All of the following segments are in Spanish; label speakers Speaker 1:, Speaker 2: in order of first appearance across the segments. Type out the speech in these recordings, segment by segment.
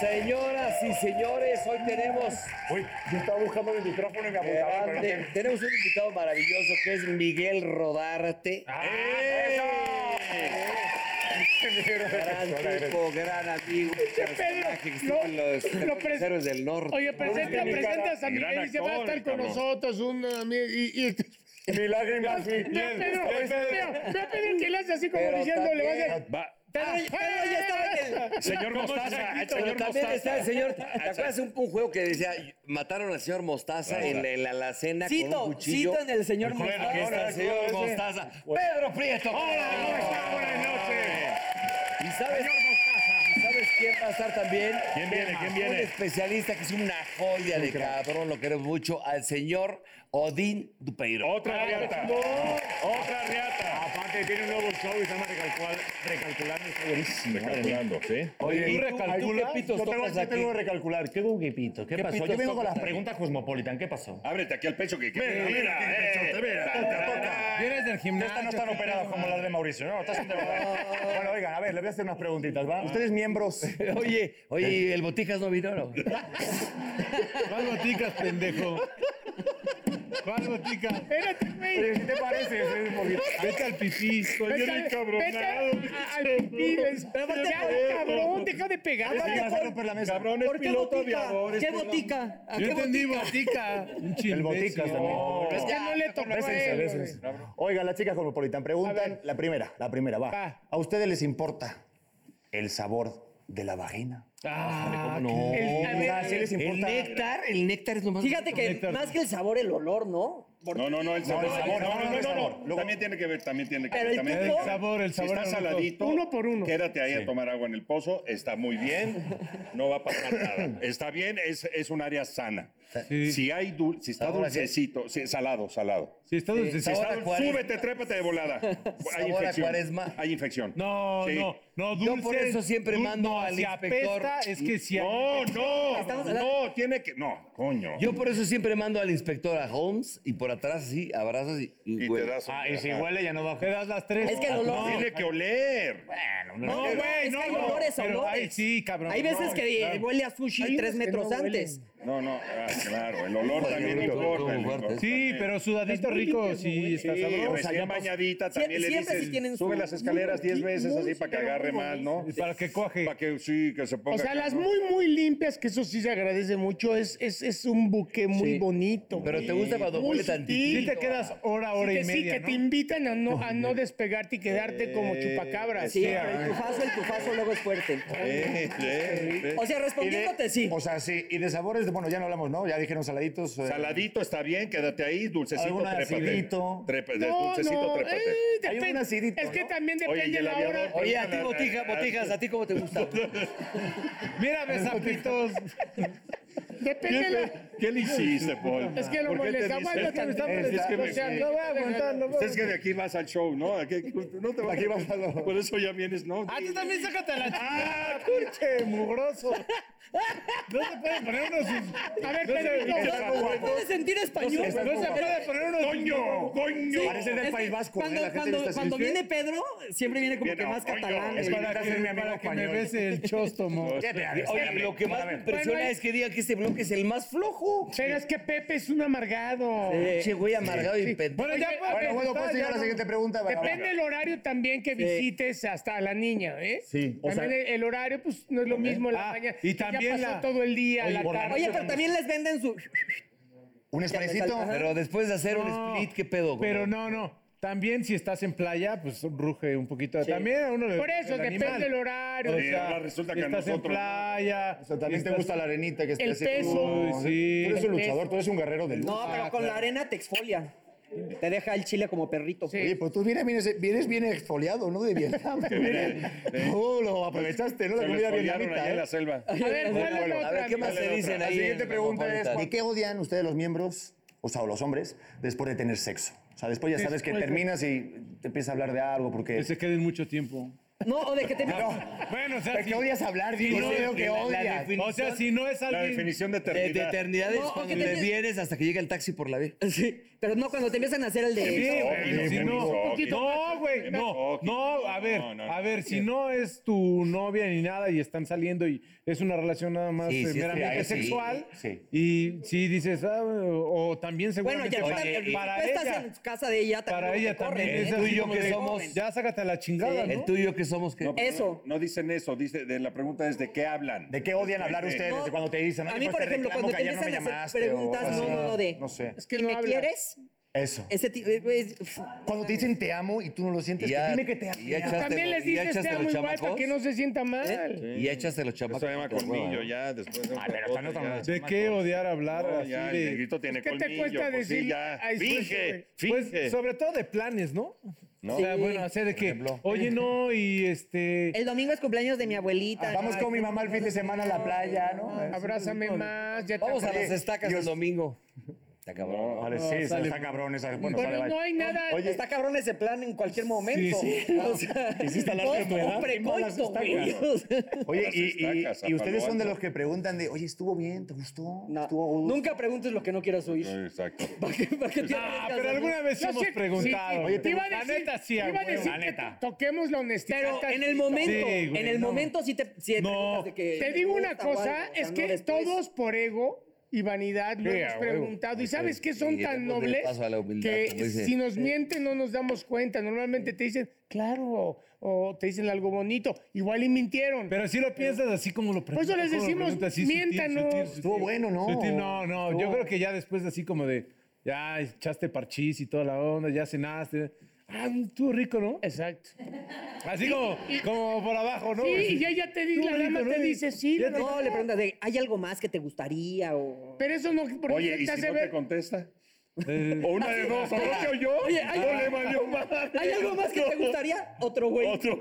Speaker 1: Señoras y señores, hoy tenemos,
Speaker 2: Uy, yo estaba buscando mi micrófono y me apuntaba, pero no
Speaker 1: grande-
Speaker 2: tengo.
Speaker 1: tenemos un invitado maravilloso que es Miguel Rodarte. Eh,
Speaker 2: ¡Ah,
Speaker 1: Gran
Speaker 2: eso!
Speaker 1: tipo, gran amigo, personaje que estuvo
Speaker 3: lo-
Speaker 1: en los
Speaker 3: Eh, lo pres-
Speaker 1: Cruceros del Norte.
Speaker 3: Oye, presenta,
Speaker 2: Dominicana,
Speaker 3: Pues presentas a
Speaker 4: gran
Speaker 3: Miguel y se va a
Speaker 4: actor,
Speaker 3: estar con
Speaker 4: cabrón.
Speaker 3: nosotros. Un, amigo y, este, y-
Speaker 2: Mi lágrima, sí.
Speaker 3: Ve a Pedro,
Speaker 5: este,
Speaker 3: ve- ve a Pedro que le hace así como
Speaker 1: Pero
Speaker 3: diciendo, le va a
Speaker 1: también-
Speaker 3: hacer...
Speaker 4: Va.
Speaker 1: Pedro, Pedro ya estaba en el...
Speaker 4: Señor Mostaza, el
Speaker 1: Pero
Speaker 4: señor
Speaker 1: también está el
Speaker 4: Mostaza. Ah,
Speaker 1: señor. ¿Te acuerdas un, un juego que decía mataron al señor Mostaza en la, en la alacena
Speaker 6: Cito,
Speaker 1: con un cuchillo?
Speaker 6: cito en el señor
Speaker 4: Bueno,
Speaker 6: Mostaza.
Speaker 4: aquí está el señor Mostaza. Pedro Prieto. Hola,
Speaker 2: ¿cómo está? Buenas noches.
Speaker 1: ¿Y sabes, ¿y sabes quién va a estar también?
Speaker 4: ¿Quién viene? ¿Quién
Speaker 1: Un
Speaker 4: viene?
Speaker 1: especialista que es una joya de cabrón, lo queremos mucho, al señor Odín Dupeiro.
Speaker 4: Otra riata. Otra riata.
Speaker 2: Aparte, tiene un nuevo show y se llama Recalcular. Recalcular está buenísimo.
Speaker 4: Recalculando, ¿sí?
Speaker 1: Oye, ¿y tú,
Speaker 2: recalcular?
Speaker 1: tú qué pitos
Speaker 2: yo tengo,
Speaker 1: tocas
Speaker 2: yo
Speaker 1: aquí?
Speaker 2: tengo que recalcular. ¿Qué hubo, Guipito? ¿Qué, pasó?
Speaker 1: pitos
Speaker 2: Yo vengo con
Speaker 1: tocas
Speaker 2: las
Speaker 1: aquí?
Speaker 2: preguntas Cosmopolitan. ¿Qué pasó?
Speaker 4: Ábrete aquí al pecho que eh.
Speaker 2: Mira, mira, mira, toca, toca.
Speaker 4: Vienes del
Speaker 2: Estas no están operadas como las de Mauricio, ¿no? Estas son de verdad. Bueno, oigan, a ver, les voy a hacer unas preguntitas, ¿va? Ustedes miembros...
Speaker 1: Oye, oye, el Botijas no vino, ¿no?
Speaker 7: ¿Cuál boticas, pendejo? ¿Cuál boticas?
Speaker 3: Espérate, güey.
Speaker 2: Oye, ¿Qué te parece? Es un poquito-
Speaker 7: Vete al pipí, soy
Speaker 3: Vete
Speaker 7: Pues bien
Speaker 3: a- vete a-
Speaker 7: encabronado.
Speaker 3: a- al pibes. Ya, cabrón, deja de pegar.
Speaker 2: Es que vas a romper la mesa.
Speaker 7: Cabrón, es
Speaker 6: ¿Por qué
Speaker 7: piloto
Speaker 6: botica?
Speaker 7: aviador. es
Speaker 6: ¿Qué
Speaker 7: piloto-
Speaker 6: botica? ¿A
Speaker 7: Yo
Speaker 6: qué
Speaker 7: entendí botica. Un
Speaker 2: El boticas también.
Speaker 3: Es que no le tocó a
Speaker 2: Bésense,
Speaker 3: él,
Speaker 2: bésense. Oiga, las chicas cosmopolitan preguntan. La primera, la primera, va.
Speaker 3: Va.
Speaker 2: ¿A ustedes les importa el sabor de la vagina?
Speaker 7: Ah,
Speaker 2: No.
Speaker 3: El- a ver,
Speaker 2: Ah, sí les
Speaker 1: El
Speaker 2: importa.
Speaker 1: néctar, el néctar es lo más.
Speaker 6: Fíjate que más que el sabor, el olor, ¿no? Porque
Speaker 4: No, no, no, el sabor.
Speaker 2: el sabor,
Speaker 4: no, no,
Speaker 2: no, el
Speaker 4: no,
Speaker 2: sabor.
Speaker 4: no,
Speaker 2: Luego-
Speaker 4: También tiene que ver, también tiene que
Speaker 6: Pero
Speaker 4: ver.
Speaker 6: el
Speaker 4: también
Speaker 6: tipo-
Speaker 4: tiene que ver.
Speaker 7: El sabor, el sabor
Speaker 4: Si está
Speaker 7: al rato.
Speaker 4: saladito.
Speaker 3: Uno por uno.
Speaker 4: Quédate ahí a tomar agua en el pozo, está muy bien, no va a pasar nada. Está bien, es, es un área sana. Si, hay dul- si está
Speaker 1: Sabor a qué?
Speaker 4: dulcecito, sí, salado, salado.
Speaker 7: Si estás
Speaker 4: Si
Speaker 7: dulce.
Speaker 1: Sabor
Speaker 4: está
Speaker 1: a
Speaker 4: dul-
Speaker 1: cuaresma.
Speaker 4: súbete, trépate de volada. Hay
Speaker 1: a
Speaker 4: infección.
Speaker 1: cuaresma.
Speaker 4: Hay infección.
Speaker 7: No,
Speaker 4: Sí.
Speaker 7: no, no, dulce.
Speaker 1: Yo por eso siempre
Speaker 7: dul-
Speaker 1: mando
Speaker 7: no,
Speaker 1: al
Speaker 7: si
Speaker 1: inspector.
Speaker 7: apesta, es que si...
Speaker 4: No, no,
Speaker 6: Estamos hablando-
Speaker 4: no, tiene que. No, coño.
Speaker 1: Yo por eso siempre mando al inspector a Holmes y por atrás así, abrazas y, y
Speaker 4: y te
Speaker 1: huele.
Speaker 4: das.
Speaker 2: Ah, y si huele ya no va a
Speaker 7: Te das las tres.
Speaker 6: Es que el olor-
Speaker 7: No,
Speaker 4: Tiene que oler.
Speaker 7: No,
Speaker 6: pero
Speaker 7: güey,
Speaker 6: es
Speaker 7: no,
Speaker 6: que hay
Speaker 7: no.
Speaker 6: olores,
Speaker 7: Pero,
Speaker 6: olores.
Speaker 7: ay, sí, cabrón.
Speaker 6: Hay veces
Speaker 7: no,
Speaker 6: que
Speaker 7: claro.
Speaker 6: huele a sushi tres metros antes.
Speaker 4: No, no, ah, claro, el olor
Speaker 1: Oye,
Speaker 4: también
Speaker 1: bruto,
Speaker 4: importa.
Speaker 1: bruto,
Speaker 4: el
Speaker 1: fuerte.
Speaker 4: olor
Speaker 7: Sí,
Speaker 4: también.
Speaker 7: pero sudadito rico, sí, está
Speaker 4: Sí,
Speaker 7: sabroso.
Speaker 4: recién bañadita también le
Speaker 6: siempre
Speaker 4: dices,
Speaker 6: sí tienen su-
Speaker 4: sube las escaleras 10 veces así para que agarre más, ¿no?
Speaker 7: Y Para que coaje.
Speaker 4: Para que sí, que se ponga.
Speaker 3: O sea, las
Speaker 4: cabrón.
Speaker 3: muy, muy limpias, que eso sí se agradece mucho, es, es, es un buque muy
Speaker 1: Sí.
Speaker 3: bonito.
Speaker 1: Pero te gusta cuando
Speaker 3: Muy
Speaker 1: huele
Speaker 3: sutil.
Speaker 1: tantito.
Speaker 7: Sí te quedas hora,
Speaker 3: ah. Sí,
Speaker 7: hora
Speaker 3: que
Speaker 7: y
Speaker 3: sí,
Speaker 7: media,
Speaker 3: que
Speaker 7: ¿no?
Speaker 3: te invitan a no, a no despegarte y quedarte como chupacabras.
Speaker 6: Eh, Sí, pero el tufazo, el tufazo luego es fuerte.
Speaker 4: eh.
Speaker 6: O sea, respondiéndote sí.
Speaker 2: O sea, sí. Y de sabores, bueno, ya no hablamos, ¿no? Ya dijeron saladitos. eh,
Speaker 4: Saladito está bien, quédate ahí, dulcecito,
Speaker 2: Algún
Speaker 4: trépate.
Speaker 2: acidito.
Speaker 4: Trépate,
Speaker 3: No,
Speaker 4: dulcecito,
Speaker 3: no,
Speaker 4: trépate.
Speaker 3: eh,
Speaker 2: Hay un
Speaker 3: depende-
Speaker 2: acidito,
Speaker 3: Es que
Speaker 2: ¿no?
Speaker 3: también
Speaker 4: Oye, y
Speaker 3: depende
Speaker 4: el
Speaker 3: la hora.
Speaker 4: aviador.
Speaker 1: Oye, a ti, botija, botijas, ¿a ti cómo te gusta?
Speaker 7: Mira, besapitos.
Speaker 3: Depende la...
Speaker 4: ¿Qué le hiciste, Paul?
Speaker 3: Es que lo
Speaker 4: ¿Por qué te
Speaker 3: molesta.
Speaker 4: dice?
Speaker 3: aguanta
Speaker 4: Es
Speaker 3: tantito,
Speaker 4: que- es que me-
Speaker 3: o sea, no voy a aguantar, no voy a
Speaker 4: Es que de aquí vas al show, ¿no? Aquí, pues, no te vas,
Speaker 2: Aquí vas al-
Speaker 4: Por eso ya vienes, ¿no?
Speaker 7: Ah, tú también sácate la ¡Ah, curche, mugroso! No se puede poner unos...
Speaker 3: A ver,
Speaker 7: No se-
Speaker 3: Pedrito,
Speaker 7: que
Speaker 3: ¿no?
Speaker 7: salgo
Speaker 6: ¿No
Speaker 7: guapo.
Speaker 6: puedes sentir español?
Speaker 7: No se puede poner unos...
Speaker 4: ¡Coño! ¡Coño!
Speaker 2: Parece del
Speaker 6: Es que
Speaker 2: País Vasco. ¿eh? La
Speaker 6: Cuando,
Speaker 2: gente
Speaker 6: cuando-
Speaker 2: viste así.
Speaker 6: cuando viene Pedro, siempre viene como
Speaker 4: Viene,
Speaker 6: que más
Speaker 4: coño,
Speaker 6: catalán.
Speaker 4: es
Speaker 6: güey.
Speaker 2: para
Speaker 7: Para
Speaker 2: que-
Speaker 7: que, para que me
Speaker 2: español.
Speaker 7: bese el chóstomo.
Speaker 2: Ya te hagas,
Speaker 1: Oye,
Speaker 2: espérame,
Speaker 1: lo que más me
Speaker 2: espérame.
Speaker 1: impresiona
Speaker 3: Bueno,
Speaker 1: es que diga que este bloque es el más flojo.
Speaker 3: Pero es que Pepe es un amargado.
Speaker 1: Che, güey, amargado y pendejo.
Speaker 7: Bueno, ya
Speaker 3: Oye,
Speaker 7: puedo
Speaker 2: Bueno, bueno,
Speaker 7: contestar,
Speaker 2: pues ir
Speaker 7: ya
Speaker 2: a la
Speaker 7: no-
Speaker 2: siguiente pregunta. va, va, va.
Speaker 3: Depende el horario también que visites hasta a la niña, ¿eh?
Speaker 2: Sí, o
Speaker 3: También el- el horario, pues, no es lo mismo la
Speaker 7: Ah,
Speaker 3: mañana.
Speaker 7: y
Speaker 3: que
Speaker 7: también
Speaker 3: ya pasó
Speaker 7: la-
Speaker 3: todo el día,
Speaker 7: Oye,
Speaker 3: la
Speaker 7: por la
Speaker 3: tarde.
Speaker 6: Oye, pero también les venden su...
Speaker 2: Un expresito.
Speaker 6: Ajá.
Speaker 1: Pero después de hacer un
Speaker 7: No,
Speaker 1: split, ¿qué pedo? güey?
Speaker 7: Pero no, no. También si estás en playa, pues ruge un poquito. También a uno le
Speaker 3: Por eso,
Speaker 7: el
Speaker 3: depende
Speaker 7: animal.
Speaker 3: del horario.
Speaker 7: O
Speaker 4: Sí,
Speaker 7: sea,
Speaker 4: ahora resulta que a
Speaker 7: estás
Speaker 4: nosotros,
Speaker 7: en
Speaker 4: ¿no?
Speaker 7: playa.
Speaker 2: O sea, también te
Speaker 7: estás-
Speaker 2: gusta la arenita que esté
Speaker 3: El
Speaker 2: así.
Speaker 3: peso.
Speaker 2: Uy,
Speaker 7: Sí.
Speaker 2: Tú eres un
Speaker 3: El
Speaker 2: luchador,
Speaker 3: peso.
Speaker 2: tú eres un guerrero de luz. Ah,
Speaker 6: No, pero con la arena te exfolia. Te deja el chile como perrito.
Speaker 3: Sí.
Speaker 6: güey.
Speaker 2: Oye, pues tú vienes, vienes, vienes bien exfoliado, ¿no? De Vietnam.
Speaker 6: eh,
Speaker 2: No, Uh, lo aprovechaste, ¿no? La
Speaker 4: Se lo
Speaker 2: comida
Speaker 4: exfoliaron allá
Speaker 2: vietnamita,
Speaker 4: en
Speaker 2: ¿eh?
Speaker 4: la selva.
Speaker 3: A ver, ¿cuál es la
Speaker 2: Bueno,
Speaker 3: otra?
Speaker 1: A ver, ¿qué
Speaker 3: amigo?
Speaker 1: más se dicen
Speaker 2: La
Speaker 1: ahí?
Speaker 2: siguiente
Speaker 1: en
Speaker 2: pregunta es, ¿de
Speaker 1: Cosmopolitan?
Speaker 2: qué odian ustedes los miembros, o sea, o los hombres, después de tener sexo? O sea, después ya sabes que
Speaker 7: Después de-
Speaker 2: terminas y te empiezas a hablar de algo porque...
Speaker 7: Que se queden mucho tiempo.
Speaker 6: No, o de que te...
Speaker 7: Bueno, o sea,
Speaker 2: ¿De
Speaker 7: si,
Speaker 2: qué odias hablar?
Speaker 7: Sí,
Speaker 2: Digo,
Speaker 7: no,
Speaker 2: sé lo que
Speaker 7: la- la
Speaker 2: odias.
Speaker 1: defini-
Speaker 7: o sea, si no es
Speaker 4: La
Speaker 7: alguien...
Speaker 4: definición de
Speaker 1: De, de
Speaker 4: eternidad.
Speaker 1: eternidades
Speaker 6: No, o
Speaker 1: cuando
Speaker 6: que
Speaker 1: te
Speaker 6: te-
Speaker 1: vienes hasta que llega el taxi por la vía.
Speaker 6: Sí. Pero no cuando te empiezan a hacer el de.
Speaker 4: obvio,
Speaker 7: güey, si
Speaker 4: es
Speaker 7: no,
Speaker 4: obvio.
Speaker 7: un poquito no, güey,
Speaker 4: Es
Speaker 7: no,
Speaker 4: obvio.
Speaker 7: no, a ver,
Speaker 4: No, no, no.
Speaker 7: a ver, si no es tu novia ni nada y están saliendo y es una relación nada más
Speaker 1: Sí,
Speaker 7: eh,
Speaker 1: sí, sí,
Speaker 7: meramente
Speaker 1: ahí sí,
Speaker 7: sexual
Speaker 6: eh,
Speaker 1: sí.
Speaker 7: y si dices, ah, o, o también
Speaker 6: Bueno,
Speaker 7: seguramente
Speaker 6: ya tú
Speaker 7: para,
Speaker 6: también- tú
Speaker 7: para
Speaker 6: estás
Speaker 7: ella,
Speaker 6: en casa de ella también.
Speaker 7: para
Speaker 6: te
Speaker 7: ella
Speaker 6: corren,
Speaker 7: también
Speaker 6: ¿eh?
Speaker 7: es
Speaker 1: Tú y
Speaker 7: así
Speaker 1: yo
Speaker 7: como
Speaker 1: que
Speaker 7: de,
Speaker 1: somos-
Speaker 7: ya sácate a la chingada,
Speaker 1: El
Speaker 7: ¿no?
Speaker 1: tuyo que somos que.
Speaker 4: No, pero
Speaker 6: Eso.
Speaker 4: No dicen eso, dice, de la pregunta es de qué hablan.
Speaker 2: ¿De qué odian hablar
Speaker 4: Este,
Speaker 2: ustedes?
Speaker 6: No,
Speaker 2: De cuando te dicen,
Speaker 6: a
Speaker 2: "Oye,
Speaker 6: mí,
Speaker 2: pues,
Speaker 6: por
Speaker 2: te
Speaker 6: ejemplo,
Speaker 2: reclamo
Speaker 6: cuando
Speaker 2: que
Speaker 6: te
Speaker 2: ayer no
Speaker 6: empiezan
Speaker 2: me
Speaker 6: a hacer
Speaker 2: llamaste", o
Speaker 6: preguntas,
Speaker 2: así.
Speaker 6: no, no, no, de.
Speaker 2: No sé.
Speaker 6: Es que ¿Me quieres?
Speaker 2: Eso.
Speaker 6: Ese eh, tipo.
Speaker 2: Cuando te dicen te amo y tú no lo sientes,
Speaker 1: Ya-
Speaker 2: que dime que te amo.
Speaker 1: y ya echaste-
Speaker 3: También les
Speaker 1: ¿y ya
Speaker 3: dices
Speaker 1: echaste
Speaker 3: te amo
Speaker 1: los
Speaker 3: igual para
Speaker 1: chamacos?
Speaker 3: que no se
Speaker 6: ¿Eh?
Speaker 3: sienta mal.
Speaker 1: Y échase los
Speaker 4: Eso
Speaker 1: chamacos.
Speaker 4: se llama colmillo ya, después de un
Speaker 2: Ah, pero
Speaker 4: rebote,
Speaker 2: no tan
Speaker 4: ya.
Speaker 2: mal.
Speaker 7: ¿De qué odiar hablar
Speaker 4: No,
Speaker 7: así
Speaker 4: ya,
Speaker 7: de-
Speaker 4: el negrito tiene
Speaker 3: ¿Qué te
Speaker 4: colmillo.
Speaker 3: cuesta
Speaker 4: pues sí,
Speaker 3: decir?
Speaker 4: ya.
Speaker 3: Ay, sí,
Speaker 4: Finge,
Speaker 7: Pues,
Speaker 4: finge.
Speaker 7: sobre todo de planes, ¿no?
Speaker 4: ¿No?
Speaker 7: O sea,
Speaker 6: Sí.
Speaker 7: bueno, hacer de que, oye, no, y este...
Speaker 6: El domingo es cumpleaños de mi abuelita.
Speaker 2: Vamos
Speaker 6: ¿no?
Speaker 2: con mi mamá el fin de semana a la playa, ¿no?
Speaker 3: Ah, Abrázame más. Ya te
Speaker 1: Vamos a
Speaker 3: acordé.
Speaker 1: las estacas el domingo. Está cabrón. ¿no?
Speaker 2: Vale, sí, está cabrón esa. Bueno,
Speaker 3: Pero
Speaker 2: sale,
Speaker 3: no
Speaker 2: bye.
Speaker 3: hay nada.
Speaker 2: Oye,
Speaker 6: Está cabrón ese plan en cualquier momento.
Speaker 7: Sí,
Speaker 6: O sea,
Speaker 2: Quisiste hablar de
Speaker 6: todo
Speaker 2: tu edad
Speaker 6: un
Speaker 2: y no las
Speaker 6: precoito, güey.
Speaker 2: estacas.
Speaker 6: O sea,
Speaker 2: Oye,
Speaker 4: Las
Speaker 2: y, y-
Speaker 4: estacas,
Speaker 2: y
Speaker 4: a
Speaker 2: ustedes
Speaker 4: Palo
Speaker 2: son de
Speaker 4: Alto.
Speaker 2: los que preguntan de, oye, ¿estuvo bien? ¿Te gustó?
Speaker 6: no,
Speaker 2: ¿Estuvo a gusto?"
Speaker 6: nunca preguntes lo que no quieras oír.
Speaker 4: Exacto.
Speaker 6: ¿Para qué, para qué te
Speaker 7: Ah,
Speaker 6: arriesgas,
Speaker 7: pero
Speaker 6: amigo?
Speaker 7: alguna vez
Speaker 3: Yo
Speaker 7: hemos
Speaker 3: sé-
Speaker 7: preguntado.
Speaker 3: sí,
Speaker 7: Oye,
Speaker 3: te iba a
Speaker 7: la
Speaker 3: decir,
Speaker 7: neta sí,
Speaker 3: te
Speaker 7: a
Speaker 3: iba a
Speaker 7: huevo.
Speaker 3: decir
Speaker 7: La
Speaker 3: que
Speaker 7: neta.
Speaker 3: to- toquemos la honestidad.
Speaker 6: Pero en el
Speaker 3: tantito.
Speaker 6: momento,
Speaker 7: Sí, güey,
Speaker 6: en el
Speaker 7: no.
Speaker 6: momento sí te, sí te
Speaker 7: No.
Speaker 6: preguntas de que
Speaker 3: Te digo una
Speaker 6: gusta o algo,
Speaker 3: cosa,
Speaker 6: o sea,
Speaker 3: es
Speaker 6: no
Speaker 3: que
Speaker 6: después.
Speaker 3: todos por ego y vanidad lo
Speaker 7: Sí,
Speaker 3: hemos
Speaker 7: a huevo.
Speaker 3: preguntado. ¿Y sabes qué son
Speaker 1: Sí,
Speaker 3: tan
Speaker 1: debemos de
Speaker 3: nobles?
Speaker 1: paso a la humildad, como
Speaker 3: que
Speaker 1: dice.
Speaker 3: si nos mienten no nos damos cuenta. Normalmente te dicen, claro, o te dicen algo bonito. Igual y mintieron.
Speaker 7: Pero si lo piensas así como lo
Speaker 3: eso pues, les
Speaker 7: como lo
Speaker 3: decimos,
Speaker 7: preguntas, así, sutil,
Speaker 3: miéntanos.
Speaker 7: sutil, sutil.
Speaker 2: Estuvo bueno, ¿no?
Speaker 7: Sutil, no, no, yo creo que ya después así como de, ya echaste parchís y toda la onda, ya cenaste. Ah, estuvo rico, ¿no?
Speaker 3: Exacto.
Speaker 7: Así como, como por abajo, ¿no?
Speaker 3: Sí, y ya, ya te di,
Speaker 7: Estuvo
Speaker 3: la dama
Speaker 7: rico,
Speaker 3: te
Speaker 7: ¿no?
Speaker 3: dice, sí,
Speaker 7: Ya
Speaker 3: la
Speaker 7: te-
Speaker 3: verdad.
Speaker 6: No, le preguntas de, ¿hay algo más que te gustaría? O...
Speaker 3: Pero eso no, porque
Speaker 4: Oye,
Speaker 3: te
Speaker 4: ¿y si
Speaker 3: hace
Speaker 4: no te
Speaker 3: ver-
Speaker 4: contesta?
Speaker 7: Eh,
Speaker 4: O una de dos, o no te oyó,
Speaker 6: Oye, hay-
Speaker 4: o le valió madre.
Speaker 6: ¿Hay algo más que te gustaría? Otro güey.
Speaker 4: Otro.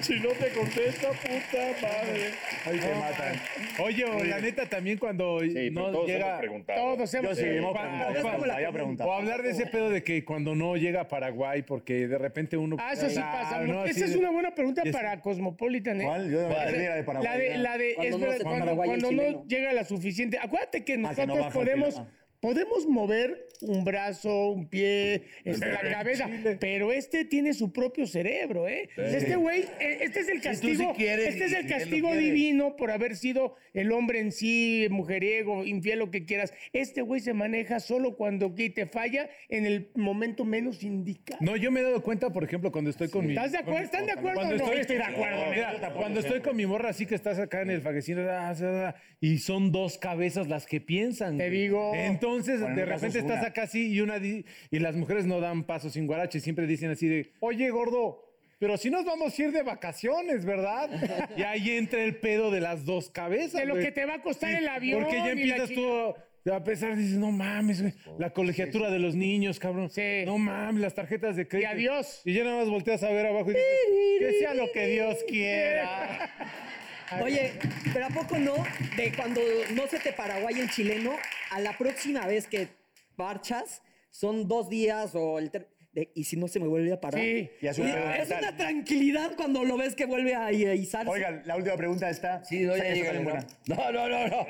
Speaker 4: si no te contesta, puta madre.
Speaker 2: Ay, te matan.
Speaker 7: Oye, o la neta también cuando
Speaker 4: Sí, pero
Speaker 7: no
Speaker 4: todos hemos
Speaker 7: llega...
Speaker 4: preguntado.
Speaker 3: todos
Speaker 2: Yo
Speaker 3: hemos...
Speaker 2: sí, hemos
Speaker 7: pa-
Speaker 2: preguntado,
Speaker 7: pa-
Speaker 2: yo preguntado, yo
Speaker 7: O
Speaker 2: preguntado.
Speaker 7: hablar de ese pedo de que cuando no llega a Paraguay, porque de repente uno.
Speaker 3: Ah, eso sí
Speaker 7: Ah,
Speaker 3: pasa.
Speaker 7: no,
Speaker 3: mucho.
Speaker 7: así
Speaker 3: Esa es
Speaker 7: de-
Speaker 3: una buena pregunta
Speaker 7: Y es-
Speaker 3: para Cosmopolitan, ¿eh?
Speaker 2: ¿Cuál? Yo de
Speaker 1: ¿Cuál?
Speaker 2: la de Paraguay.
Speaker 3: La de, la de es
Speaker 6: Cuando no
Speaker 3: verdad,
Speaker 6: se
Speaker 3: cuando,
Speaker 6: paraguaya el
Speaker 3: cuando no
Speaker 6: chileno.
Speaker 3: llega la suficiente. Acuérdate que
Speaker 2: Ah, que
Speaker 3: nosotros
Speaker 2: no baja el
Speaker 3: podemos,
Speaker 2: chileno.
Speaker 3: podemos mover un brazo, un pie, este, la cabeza, pero este tiene su propio cerebro, ¿eh? Este güey, eh, este es el castigo,
Speaker 1: sí quieres
Speaker 3: este es
Speaker 1: y-
Speaker 3: el
Speaker 1: y él lo
Speaker 3: castigo
Speaker 1: quiere.
Speaker 3: divino por haber sido el hombre en sí, mujeriego, infiel, lo que quieras. Este güey se maneja solo cuando que te falla en el momento menos indicado.
Speaker 7: No, yo me he dado cuenta, por ejemplo, cuando estoy con mi.
Speaker 3: ¿Estás de
Speaker 7: con-
Speaker 3: acuerdo? ¿Están de acuerdo
Speaker 7: Cuando
Speaker 3: o no?
Speaker 7: estoy,
Speaker 3: Yo estoy de acuerdo,
Speaker 7: Mira, cuando estoy con mi morra, así que estás acá en el faguecino, ah, ah, ah, y son dos cabezas las que piensan.
Speaker 3: Te
Speaker 7: güey.
Speaker 3: digo.
Speaker 7: Entonces,
Speaker 2: Bueno, en
Speaker 7: de
Speaker 2: mi caso
Speaker 7: repente
Speaker 2: es
Speaker 7: estás
Speaker 2: una.
Speaker 7: acá así y una di- y las mujeres no dan paso sin guarache, siempre dicen así de, oye, gordo. Pero si nos vamos a ir de vacaciones, ¿verdad? Y ahí entra el pedo de las dos cabezas.
Speaker 3: De lo
Speaker 7: güey.
Speaker 3: que te va a costar el avión.
Speaker 7: Porque ya
Speaker 3: y la
Speaker 7: empiezas
Speaker 3: chi-
Speaker 7: tú a pesar, dices, no mames, güey,
Speaker 6: Oh,
Speaker 7: la colegiatura de los niños, cabrón.
Speaker 3: Sí.
Speaker 7: No mames, las tarjetas de crédito.
Speaker 3: adiós.
Speaker 7: Y ya nada más volteas a ver abajo y dices, que sea lo que Dios quiera.
Speaker 6: Oye, pero ¿a poco no? De cuando no se te paraguaya el chileno, a la próxima vez que parchas, son dos días o el tre- de- y si no se me vuelve a parar.
Speaker 3: Sí,
Speaker 2: y a su
Speaker 6: Y
Speaker 2: pedo
Speaker 6: es
Speaker 2: mental.
Speaker 6: una tranquilidad cuando lo ves que vuelve a i- a izarse.
Speaker 2: Oigan, la última pregunta está.
Speaker 1: Sí, no, ya
Speaker 2: Esa
Speaker 1: llega
Speaker 2: también
Speaker 1: el
Speaker 2: buena.
Speaker 1: No, no, no, no. no,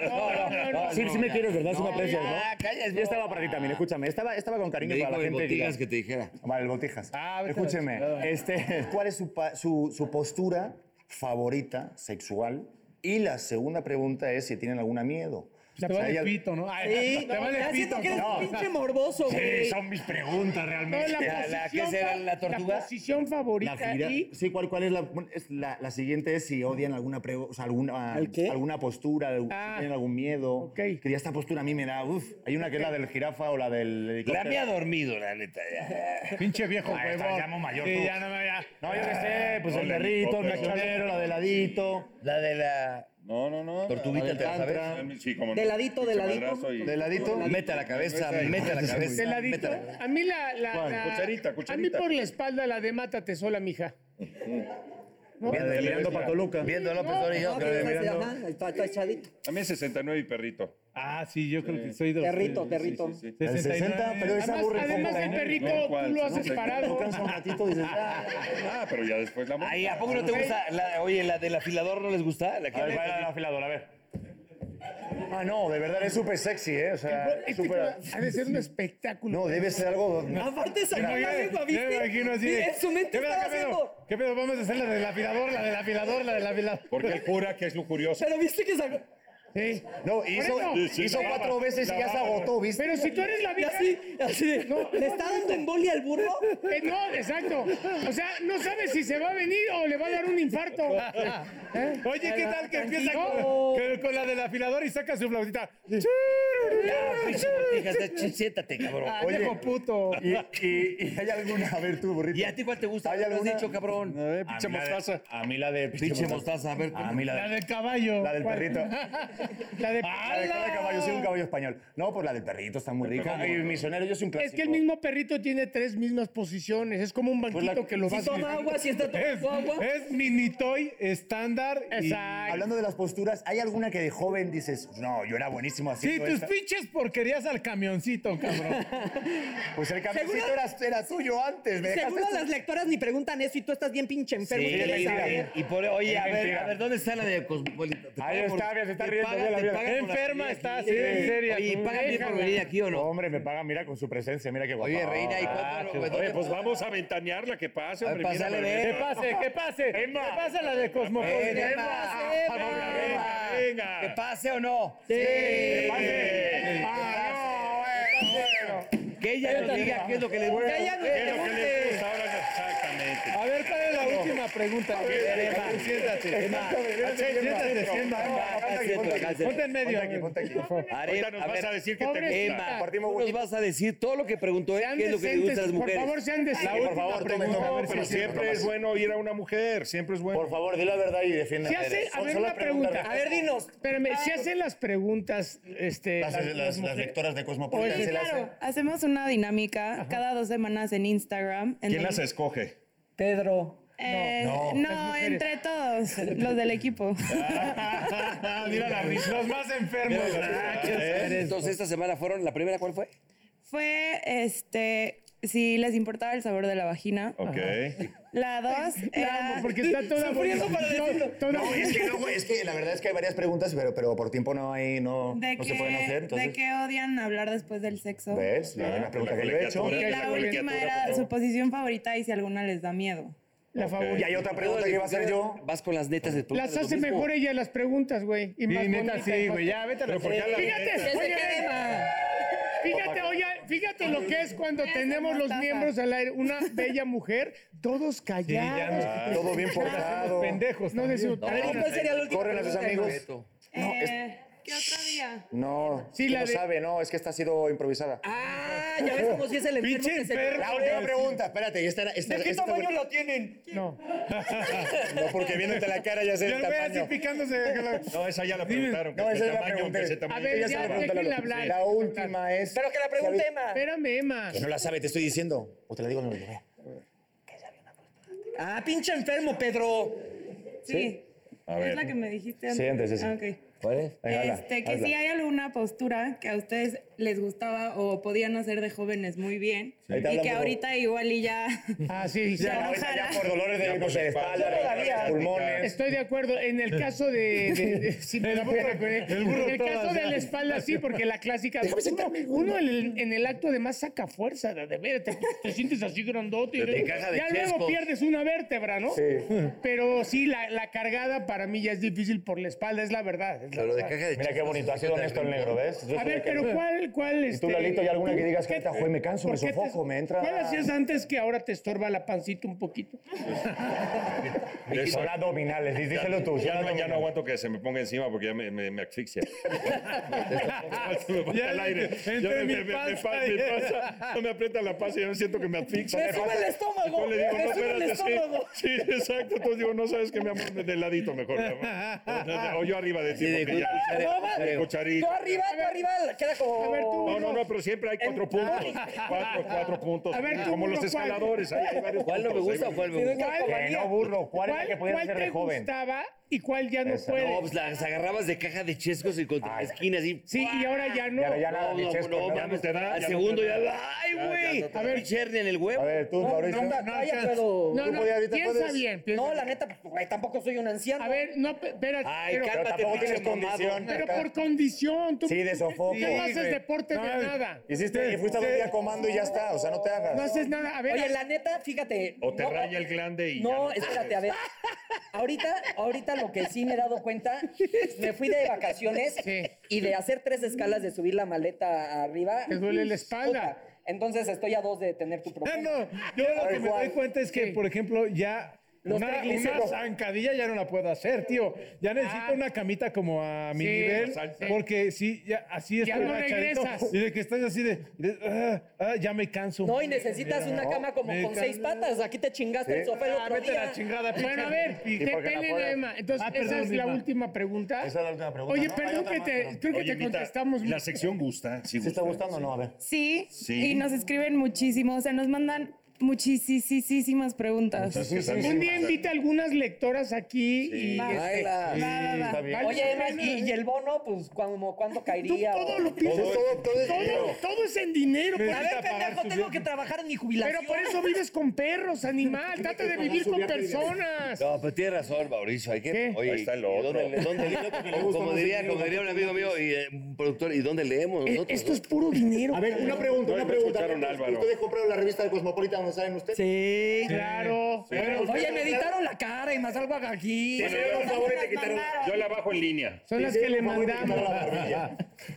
Speaker 1: no, no,
Speaker 2: Sí,
Speaker 1: no,
Speaker 2: sí me
Speaker 1: ya.
Speaker 2: quieres, ¿verdad? Es
Speaker 1: No,
Speaker 2: una precia, ¿no?
Speaker 1: ya, calles,
Speaker 2: Yo
Speaker 1: no.
Speaker 2: estaba para ti también, escúchame. Estaba, estaba con cariño
Speaker 1: Me dijo
Speaker 2: para la
Speaker 1: de
Speaker 2: gente.
Speaker 1: botigas
Speaker 2: diga.
Speaker 1: que te dijera.
Speaker 2: Vale, el botijas.
Speaker 7: Ah, vete a la
Speaker 2: Escúcheme,
Speaker 7: chingada.
Speaker 2: este, ¿cuál es su, pa- su, su postura favorita sexual? Y la segunda pregunta es si tienen alguna miedo.
Speaker 7: Te
Speaker 2: O sea,
Speaker 7: va de
Speaker 2: ella-
Speaker 7: pito, ¿no? Ay,
Speaker 6: Sí,
Speaker 7: te va de
Speaker 6: ya siento
Speaker 7: pito.
Speaker 6: que eres
Speaker 2: no.
Speaker 6: pinche morboso, güey.
Speaker 2: Sí, son mis preguntas realmente.
Speaker 3: No, la,
Speaker 1: La- la- ¿qué
Speaker 3: posición
Speaker 1: será,
Speaker 3: fa-
Speaker 1: la tortuga?
Speaker 3: La posición favorita
Speaker 2: La gira-
Speaker 3: y
Speaker 2: sí, ¿cuál, cuál es, la, es la, la siguiente? Es si odian alguna pre- o sea, alguna,
Speaker 6: ¿El qué?
Speaker 2: alguna postura, algún-
Speaker 3: Ah.
Speaker 2: tienen algún miedo.
Speaker 3: Ok.
Speaker 2: Que ya esta postura a mí me da. Uf, hay una que es la del jirafa o la del.
Speaker 1: La
Speaker 2: helicóptero.
Speaker 1: había dormido, la neta. ya.
Speaker 7: Pinche viejo
Speaker 2: Ah, estás
Speaker 7: huevón.
Speaker 2: ya muy mayor,
Speaker 7: Sí,
Speaker 2: tú.
Speaker 7: ya no me ya.
Speaker 2: No, yo qué sé, pues
Speaker 4: No,
Speaker 2: el
Speaker 4: el
Speaker 2: perrito, el
Speaker 4: helicóptero.
Speaker 2: mechonero, la de ladito.
Speaker 1: La de la
Speaker 4: No, no, no.
Speaker 1: tortuguita, ¿te la sabes?
Speaker 4: Adelante. Sí, cómo no.
Speaker 6: De ladito, de
Speaker 4: Pinche
Speaker 6: ladito.
Speaker 4: madrazo y-
Speaker 2: ¿De ladito?
Speaker 1: Mete a la cabeza, mete a la cabeza.
Speaker 3: de ladito.
Speaker 1: mete a la cabeza.
Speaker 3: A mí la, la-
Speaker 2: ¿Cuál?
Speaker 3: la-
Speaker 4: Cucharita,
Speaker 3: A mí
Speaker 4: cucharita.
Speaker 3: por la espalda la de mátate sola, mija.
Speaker 2: Viendo, mirando para Toluca.
Speaker 1: Viendo a López Obrador
Speaker 6: No, que
Speaker 1: y yo.
Speaker 6: se
Speaker 1: mirando.
Speaker 6: llama, está- está echadito.
Speaker 4: También 69 y perrito.
Speaker 7: Ah, sí, yo creo que soy de los-
Speaker 6: Perrito, perrito.
Speaker 4: Sí, sí.
Speaker 2: El 60,
Speaker 7: 69.
Speaker 2: pero es
Speaker 3: Además,
Speaker 2: aburre.
Speaker 3: además del perrito,
Speaker 4: ¿cuál?
Speaker 3: tú lo
Speaker 4: No
Speaker 3: haces
Speaker 4: sé.
Speaker 3: parado.
Speaker 2: Descansa un ratito y dices, ah,
Speaker 4: Ah, pero ya después la
Speaker 1: Ay, ¿a poco no te gusta? la- oye, la del afilador no les gusta? La que
Speaker 2: a ver, ¿cuál era la afiladora? A ver. Ah, no, de verdad es súper sexy, ¿eh? O sea,
Speaker 3: Es que
Speaker 2: súper...
Speaker 3: ha de ser un espectáculo.
Speaker 2: No, debe ser algo...
Speaker 6: Aparte sacó la
Speaker 7: Imagínate,
Speaker 6: lengua,
Speaker 7: ya me
Speaker 6: ¿viste?
Speaker 7: imagino así de,
Speaker 6: En su mente
Speaker 7: ¿qué pedo,
Speaker 6: estaba
Speaker 7: qué pedo?
Speaker 6: haciendo.
Speaker 7: ¿Qué pedo? Vamos a hacer la del afilador, la del afilador, la del afilador.
Speaker 4: Porque él jura que es lujurioso.
Speaker 6: Pero viste que sacó.
Speaker 3: Sí.
Speaker 2: No, hizo,
Speaker 3: Por eso.
Speaker 2: hizo
Speaker 4: La
Speaker 2: cuatro
Speaker 4: barba,
Speaker 2: veces
Speaker 4: la
Speaker 2: y ya se
Speaker 4: barba.
Speaker 2: agotó, ¿viste?
Speaker 3: Pero si tú eres la
Speaker 6: Y
Speaker 3: vida.
Speaker 6: así, así. de, ¿Le está dando embolia al burro?
Speaker 3: Eh, no, exacto. O sea, no sabes si se va a venir o le va a dar un infarto. ¿Eh?
Speaker 7: Oye, ¿qué tal que empieza
Speaker 6: Tranquilo.
Speaker 7: con, que- con la del afilador y saca su flautita?
Speaker 6: pues,
Speaker 1: Fíjate, ch- siéntate, cabrón.
Speaker 7: Ah,
Speaker 2: Eh,
Speaker 7: viejo puto.
Speaker 2: Y, y- y hay alguna... A ver tú, burrito.
Speaker 1: ¿Y a ti cuál te gusta?
Speaker 2: ¿Hay
Speaker 1: ¿Qué has
Speaker 2: alguna?
Speaker 1: dicho, cabrón?
Speaker 7: A ver,
Speaker 2: A
Speaker 7: pinche
Speaker 2: mí la de-
Speaker 7: mostaza.
Speaker 2: A mí la de...
Speaker 1: Pinche mostaza, a ver.
Speaker 2: A mí la
Speaker 7: La
Speaker 2: de...
Speaker 7: del caballo.
Speaker 2: La del
Speaker 7: ¿Cuál?
Speaker 2: perrito. Ah,
Speaker 7: La de
Speaker 2: La de cara de caballo, sí, un caballo español. No, pues la del perrito está muy rica. Y misionero, yo soy un clásico.
Speaker 3: Es que el mismo perrito tiene tres mismas posiciones. Es como un banquito
Speaker 2: Pues la-
Speaker 3: que lo
Speaker 6: Si
Speaker 3: vas
Speaker 6: toma agua, si está
Speaker 7: Es,
Speaker 6: tomando agua.
Speaker 7: es mini toy estándar. y-
Speaker 3: Exacto.
Speaker 2: Hablando de las posturas, ¿hay alguna que de joven dices, no, yo era buenísimo
Speaker 7: Sí,
Speaker 2: haciendo
Speaker 7: tus
Speaker 2: esta"?
Speaker 7: pinches porquerías al camioncito, cabrón.
Speaker 2: Pues el camioncito
Speaker 6: Seguro-
Speaker 2: era, era tuyo antes. Me dejaste
Speaker 6: Seguro
Speaker 2: tu-
Speaker 6: las lectoras ni preguntan eso y tú estás bien pinche enfermo.
Speaker 1: Sí,
Speaker 6: y quieres
Speaker 1: mentira.
Speaker 6: saber.
Speaker 1: Y por, oye,
Speaker 2: Es
Speaker 1: a ver,
Speaker 2: mentira.
Speaker 1: a ver, ¿dónde está la de Cosmopolitan? ¿Te
Speaker 2: Ahí
Speaker 1: pagan
Speaker 2: está, mira, se está
Speaker 1: te
Speaker 2: riendo,
Speaker 1: pagan-
Speaker 2: mira,
Speaker 1: te
Speaker 2: mira.
Speaker 1: pagan por la
Speaker 7: Enferma
Speaker 1: salida
Speaker 7: está,
Speaker 1: aquí? eh.
Speaker 7: sí, en serio.
Speaker 1: Oye, ¿pagan bien por
Speaker 7: Déjala.
Speaker 1: venir aquí o
Speaker 2: No,
Speaker 1: no?
Speaker 2: hombre, me paga, mira, con su presencia, mira qué guapo.
Speaker 1: Oye, reina, ¿y
Speaker 2: Ah,
Speaker 1: cuánto?
Speaker 2: qué
Speaker 1: güey,
Speaker 2: guapo.
Speaker 1: dónde-
Speaker 4: Oye, pues vamos a ventanearla, que pase,
Speaker 1: A ver,
Speaker 4: hombre. mira,
Speaker 1: pásale,
Speaker 4: mira,
Speaker 1: ve.
Speaker 7: ¿Qué
Speaker 4: mira.
Speaker 7: pase? ¿Qué pase? ¿Qué
Speaker 4: Emma.
Speaker 7: pasa la de
Speaker 1: Eh,
Speaker 7: Cosmopolitan?
Speaker 1: Emma,
Speaker 6: Emma,
Speaker 1: Emma,
Speaker 4: Emma, venga.
Speaker 1: ¿Que pase o no?
Speaker 6: Sí.
Speaker 1: Ah, Que ella nos diga qué es lo que le gusta.
Speaker 6: Que ella nos
Speaker 4: ¿Qué es lo que les gusta
Speaker 6: pregunte.
Speaker 4: ahora? Exactamente.
Speaker 7: A ver, ¿cuál es la última pregunta? Emma, siéntate. Emma, siéntate,
Speaker 1: Acá
Speaker 7: siéntate.
Speaker 1: siento, acá siento.
Speaker 7: Ponte en medio.
Speaker 2: Ponte aquí, ponte aquí. por favor.
Speaker 1: Are-
Speaker 4: Ahorita nos
Speaker 1: a
Speaker 4: vas
Speaker 1: ver,
Speaker 4: a decir que te
Speaker 1: Emma,
Speaker 4: gusta.
Speaker 2: Partimos
Speaker 1: tú nos vas a decir todo lo que preguntó él,
Speaker 3: Sean
Speaker 1: qué es lo que le gusta a
Speaker 3: decentes,
Speaker 1: las mujeres.
Speaker 3: Por favor, sean decentes.
Speaker 2: Por favor, tome, tome, a
Speaker 4: No,
Speaker 2: ver si
Speaker 4: pero
Speaker 2: es cierto,
Speaker 4: siempre es
Speaker 2: nomás.
Speaker 4: bueno oír a una mujer, siempre es bueno.
Speaker 2: Por favor, di la verdad y defiende
Speaker 3: Si hace- a ver, una pregunta.
Speaker 6: A ver, dinos.
Speaker 3: Espérame, si hacen las preguntas, este.
Speaker 2: Las, las- las
Speaker 3: mujeres-
Speaker 2: lectoras de Cosmopolitan
Speaker 3: Oye,
Speaker 2: se las-
Speaker 8: Claro, hacemos una dinámica cada dos semanas en Instagram. en
Speaker 4: ¿Quién
Speaker 8: donde-
Speaker 4: las escoge?
Speaker 6: Pedro.
Speaker 8: Eh,
Speaker 2: No,
Speaker 8: no,
Speaker 2: no.
Speaker 8: entre todos, los del equipo.
Speaker 7: Mira la risa. Los más enfermos.
Speaker 1: Ah, Entonces, esta semana fueron, ¿la primera cuál fue?
Speaker 8: Fue, este, si les importaba el sabor de la vagina.
Speaker 4: Ok.
Speaker 8: La dos
Speaker 3: Claro,
Speaker 8: era...
Speaker 3: porque está toda
Speaker 6: Sufriendo para
Speaker 3: No,
Speaker 6: decirlo.
Speaker 3: toda-
Speaker 2: No, es que, no, güey, es que la verdad es que hay varias preguntas, pero, pero por tiempo no hay, no,
Speaker 8: de
Speaker 2: no
Speaker 8: que,
Speaker 2: se pueden hacer. Entonces,
Speaker 8: ¿De qué odian hablar después del sexo?
Speaker 2: ¿Ves? La
Speaker 4: Ah,
Speaker 2: una pregunta
Speaker 4: la
Speaker 2: que yo he hecho.
Speaker 4: colegiatura.
Speaker 8: Y
Speaker 4: Esa
Speaker 8: la
Speaker 4: cualquiera,
Speaker 8: última
Speaker 4: por
Speaker 8: era
Speaker 4: favor.
Speaker 8: su posición favorita y si alguna les da miedo.
Speaker 3: La favorita.
Speaker 2: Y hay otra pregunta que iba a hacer yo.
Speaker 1: Vas con las netas de tu
Speaker 3: Las hace mejor ella las preguntas, güey. Y más
Speaker 7: Sí, neta,
Speaker 3: bonitas.
Speaker 7: sí, güey. Ya, vete a la
Speaker 4: Pero ¿por qué a la
Speaker 3: Fíjate,
Speaker 8: Que se
Speaker 3: oye,
Speaker 8: quede más.
Speaker 3: Fíjate, oye, fíjate lo que es cuando tenemos los miembros al aire. Una bella mujer, todos callados.
Speaker 2: Todo bien portado.
Speaker 7: Pendejos.
Speaker 3: No
Speaker 7: también.
Speaker 3: decimos.
Speaker 6: A ver, ¿y ¿cuál sería la última?
Speaker 2: Corren a sus
Speaker 6: pregunta?
Speaker 2: amigos. No, es-
Speaker 8: Eh, ¿Qué otro día?
Speaker 2: No,
Speaker 3: Sí,
Speaker 2: tú
Speaker 3: la
Speaker 2: no
Speaker 3: de-
Speaker 2: sabe, no, es que esta ha sido improvisada.
Speaker 6: Ah, ya ves como si es el enfermo
Speaker 7: Pinche
Speaker 6: que se...
Speaker 7: enfermo.
Speaker 2: La última pregunta, espérate, y esta era.
Speaker 6: ¿De qué tamaño la tienen?
Speaker 3: No.
Speaker 2: No, porque viéndote la cara ya sé
Speaker 7: Ya
Speaker 2: el
Speaker 7: el güey así
Speaker 2: tamaño.
Speaker 7: picándose.
Speaker 4: No, esa ya la preguntaron. que
Speaker 2: No,
Speaker 4: qué
Speaker 2: esa es la
Speaker 4: tamaño,
Speaker 2: pregunta.
Speaker 4: que ese tamaño.
Speaker 3: A ver,
Speaker 2: Ella
Speaker 3: ya,
Speaker 2: se la pregunta
Speaker 3: déjenla
Speaker 2: la-
Speaker 3: hablar.
Speaker 2: La última es.
Speaker 6: Pero que la pregunte Emma.
Speaker 3: Espérame, Emma.
Speaker 2: Que no la sabe, te estoy diciendo. O te la digo en el bebé.
Speaker 6: Ah, pinche enfermo, Pedro.
Speaker 8: Sí.
Speaker 4: A ver.
Speaker 8: Es la que me dijiste
Speaker 2: Sí, antes, sí, sí.
Speaker 8: Ah, ok.
Speaker 2: ¿Cuál es? Venga, habla,
Speaker 8: Este, que
Speaker 2: hazla.
Speaker 8: si hay alguna postura que a ustedes les gustaba o podían hacer de jóvenes muy bien
Speaker 2: Ahí te
Speaker 8: y
Speaker 2: hablan,
Speaker 8: que
Speaker 2: por favor.
Speaker 8: ahorita igual y ya...
Speaker 3: Ah, sí, sí.
Speaker 2: Ya, ahorita ya por dolores de, no sé, de espalda, de
Speaker 6: Eh,
Speaker 2: pulmones.
Speaker 3: Estoy de acuerdo. En el caso de. de- de- si me da pena con él.
Speaker 7: burro
Speaker 3: en el
Speaker 7: todas,
Speaker 3: caso de
Speaker 7: ya.
Speaker 3: la espalda, sí, porque la clásica. Uno, uno en, el, en el acto además saca fuerza, de, de ver, te, te sientes así grandote. y
Speaker 1: Te
Speaker 3: luego-
Speaker 1: encaja de
Speaker 3: ya luego
Speaker 1: chescos.
Speaker 3: pierdes una vértebra, ¿no?
Speaker 2: Sí.
Speaker 3: Pero sí, la, la cargada para mí ya es difícil por la espalda, es la verdad. es la
Speaker 1: Pero de
Speaker 3: verdad.
Speaker 1: caja de
Speaker 2: Mira qué
Speaker 1: chicas,
Speaker 2: bonito, ha sido honesto el negro, ¿ves? Yo
Speaker 3: A
Speaker 2: soy el
Speaker 3: ver,
Speaker 2: que-
Speaker 3: pero ¿cuál, cuál
Speaker 2: Y
Speaker 3: este,
Speaker 2: tú, Lalito, hay alguna que digas que
Speaker 3: ¿qué-
Speaker 2: ahorita, güey, me canso, me
Speaker 3: por qué te-
Speaker 2: sofoco, me entra.
Speaker 3: ¿Cuál hacías antes que ahora te estorba la pancita un poquito?
Speaker 4: Esa-
Speaker 2: Son abdominales, dí- díselo tú. son
Speaker 4: Ya no, ya no
Speaker 2: abdominales.
Speaker 4: aguanto que se me ponga encima porque ya me, me, me asfixia. Se me falta el aire.
Speaker 7: Entre
Speaker 4: Ya me-
Speaker 7: mi
Speaker 4: me- me- me
Speaker 7: panza
Speaker 4: pa-
Speaker 7: y-
Speaker 4: me pasa, no me aprieta la panza y yo siento que me asfixia.
Speaker 6: Me sube el estómago,
Speaker 4: Yo le digo,
Speaker 6: me
Speaker 4: no,
Speaker 6: sube el
Speaker 4: espérate, sí.
Speaker 6: estómago.
Speaker 4: Sí, exacto. Entonces digo, no sabes que mi amor, de ladito mejor. mi amor. O yo arriba de ti.
Speaker 1: Sí, de
Speaker 4: porque ya-
Speaker 1: cuchara-
Speaker 6: No, va.
Speaker 4: de
Speaker 6: Tú
Speaker 4: cucharita.
Speaker 6: arriba, tú arriba, queda como...
Speaker 3: A ver, tú.
Speaker 4: No, no, no, pero siempre hay cuatro puntos.
Speaker 6: Ah.
Speaker 4: Cuatro, cuatro puntos.
Speaker 3: A ver, tú,
Speaker 4: como
Speaker 3: burro,
Speaker 4: los
Speaker 3: ¿cuál?
Speaker 4: escaladores. ahí hay varios
Speaker 1: ¿Cuál no me
Speaker 4: puntos,
Speaker 1: gusta
Speaker 4: ahí
Speaker 1: o cuál me
Speaker 6: Tienes
Speaker 1: gusta?
Speaker 6: la
Speaker 2: Que
Speaker 6: compañía.
Speaker 2: no, burro, ¿cuál, es
Speaker 3: ¿Cuál-
Speaker 2: la que podías
Speaker 3: cuál
Speaker 2: hacer
Speaker 3: te
Speaker 2: de joven.
Speaker 3: gustaba y cuál ya no
Speaker 2: Esa.
Speaker 3: puede.
Speaker 1: No, pues las agarrabas de caja de chescos y contra
Speaker 2: Ay.
Speaker 1: la esquina así.
Speaker 3: sí, y ahora ya no.
Speaker 2: Ya, ya nada,
Speaker 1: No,
Speaker 2: mi
Speaker 1: no,
Speaker 2: Chesco,
Speaker 1: no,
Speaker 2: ¿no?
Speaker 1: mames,
Speaker 4: te da,
Speaker 1: al
Speaker 4: ya no
Speaker 1: segundo
Speaker 4: te
Speaker 1: ya.
Speaker 4: da.
Speaker 1: Ay, güey.
Speaker 4: no te da.
Speaker 1: A ver, Cherny en el huevo.
Speaker 2: A ver, tú, Mauricio.
Speaker 7: no, no,
Speaker 6: Todavía
Speaker 7: alcanza.
Speaker 6: puedo-
Speaker 3: No,
Speaker 2: Tú
Speaker 3: no,
Speaker 2: podías- ahorita
Speaker 3: piensa
Speaker 2: puedes-
Speaker 3: bien. piensa
Speaker 6: No,
Speaker 3: bien.
Speaker 6: la neta, güey, tampoco soy un anciano.
Speaker 3: A ver, no, pe- espérate.
Speaker 1: Ay,
Speaker 3: pero,
Speaker 1: cálmate,
Speaker 2: tampoco
Speaker 1: pinche
Speaker 2: tienes
Speaker 1: mamado.
Speaker 2: condición.
Speaker 3: pero
Speaker 2: acá.
Speaker 3: por condición. Tú
Speaker 2: Sí, de sofoco.
Speaker 3: no haces
Speaker 7: güey.
Speaker 3: deporte
Speaker 7: No,
Speaker 3: de nada.
Speaker 2: Hiciste, y fuiste a dormir a comando y ya está, o sea, no te hagas.
Speaker 3: No haces nada. A ver,
Speaker 6: Oye, la neta, fíjate.
Speaker 4: O te
Speaker 6: no-
Speaker 4: raya el glande y. ya
Speaker 6: No,
Speaker 4: puedes.
Speaker 6: espérate, a ver. Ahorita, ahorita lo que sí me he dado cuenta, me fui de vacaciones
Speaker 3: Sí.
Speaker 6: y de hacer tres escalas de subir la maleta arriba.
Speaker 3: Te duele la espalda.
Speaker 6: Puta, Entonces estoy a dos de tener tu
Speaker 7: Ah,
Speaker 6: problema.
Speaker 7: no, yo lo que me
Speaker 2: Juan.
Speaker 7: doy cuenta es que,
Speaker 3: Sí.
Speaker 7: por ejemplo, ya
Speaker 6: Los
Speaker 7: una, una
Speaker 6: triglicéridos.
Speaker 7: zancadilla ya no la puedo hacer, tío. Ya necesito
Speaker 3: Ah.
Speaker 7: una camita como a mi
Speaker 3: Sí,
Speaker 7: nivel,
Speaker 3: sí.
Speaker 7: porque sí, ya así es.
Speaker 3: Ya no regresas.
Speaker 7: Y de que estás así de, de, ah, ah, ya me canso.
Speaker 6: No, y necesitas una cama como
Speaker 7: me
Speaker 6: con seis
Speaker 7: canso.
Speaker 6: patas. Aquí te chingaste el sofá el
Speaker 7: Ah,
Speaker 6: otro
Speaker 7: vete a
Speaker 6: día.
Speaker 7: la chingada,
Speaker 3: Bueno, a pues.
Speaker 7: pinche
Speaker 3: ver,
Speaker 7: hippie.
Speaker 3: depende
Speaker 2: apoyas.
Speaker 3: de Emma. Entonces,
Speaker 7: Ah, perdón,
Speaker 3: esa es la
Speaker 7: Emma.
Speaker 3: última pregunta.
Speaker 2: Esa es la última pregunta.
Speaker 3: Oye,
Speaker 2: No, hay
Speaker 3: perdón
Speaker 2: otra
Speaker 3: que
Speaker 2: más,
Speaker 3: te,
Speaker 2: pero-
Speaker 3: creo que
Speaker 4: Oye,
Speaker 3: te
Speaker 4: Mita,
Speaker 3: contestamos.
Speaker 4: La sección gusta. Sí,
Speaker 2: ¿Sí está
Speaker 4: gusta.
Speaker 2: gustando o no? A ver.
Speaker 8: Sí,
Speaker 4: Sí.
Speaker 8: y nos escriben muchísimo, o sea, nos mandan muchísimas preguntas.
Speaker 4: Sí, sí, sí.
Speaker 3: Un día invita a algunas lectoras aquí y este,
Speaker 1: Baila.
Speaker 8: este, Va, va, va.
Speaker 2: Está bien.
Speaker 3: Vale.
Speaker 6: Oye, Emma, ¿y, y el bono, pues, ¿cuándo, cuándo
Speaker 3: tú
Speaker 6: caería?
Speaker 3: todo
Speaker 6: o-
Speaker 3: lo piensas.
Speaker 2: Todo, todo es dinero.
Speaker 3: Todo, todo es en dinero. por-
Speaker 6: A ver, pendejo, tengo que trabajar en mi jubilación.
Speaker 3: Pero por eso vives con perros, animal. Trata de vivir con personas.
Speaker 1: No, pues tiene razón, Mauricio. Hay que.
Speaker 3: ¿Qué?
Speaker 1: Oye,
Speaker 4: Ahí está el
Speaker 1: ¿y
Speaker 4: otro.
Speaker 1: ¿Dónde, dónde le- como, diría, como diría un amigo mío y eh, un productor, ¿y dónde leemos
Speaker 3: Eh,
Speaker 1: nosotros?
Speaker 3: Esto es puro dinero.
Speaker 9: A ver, una pregunta,
Speaker 4: No,
Speaker 9: una
Speaker 4: no
Speaker 9: pregunta.
Speaker 4: escucharon, Álvaro.
Speaker 9: ¿Ustedes compraron la revista de Cosmopolitan donde salen ustedes?
Speaker 6: Sí.
Speaker 3: Claro. Bueno,
Speaker 6: Oye, me editaron la cara y más algo aquí.
Speaker 4: Bueno, yo- Yo la bajo en línea.
Speaker 3: son las que le mandamos.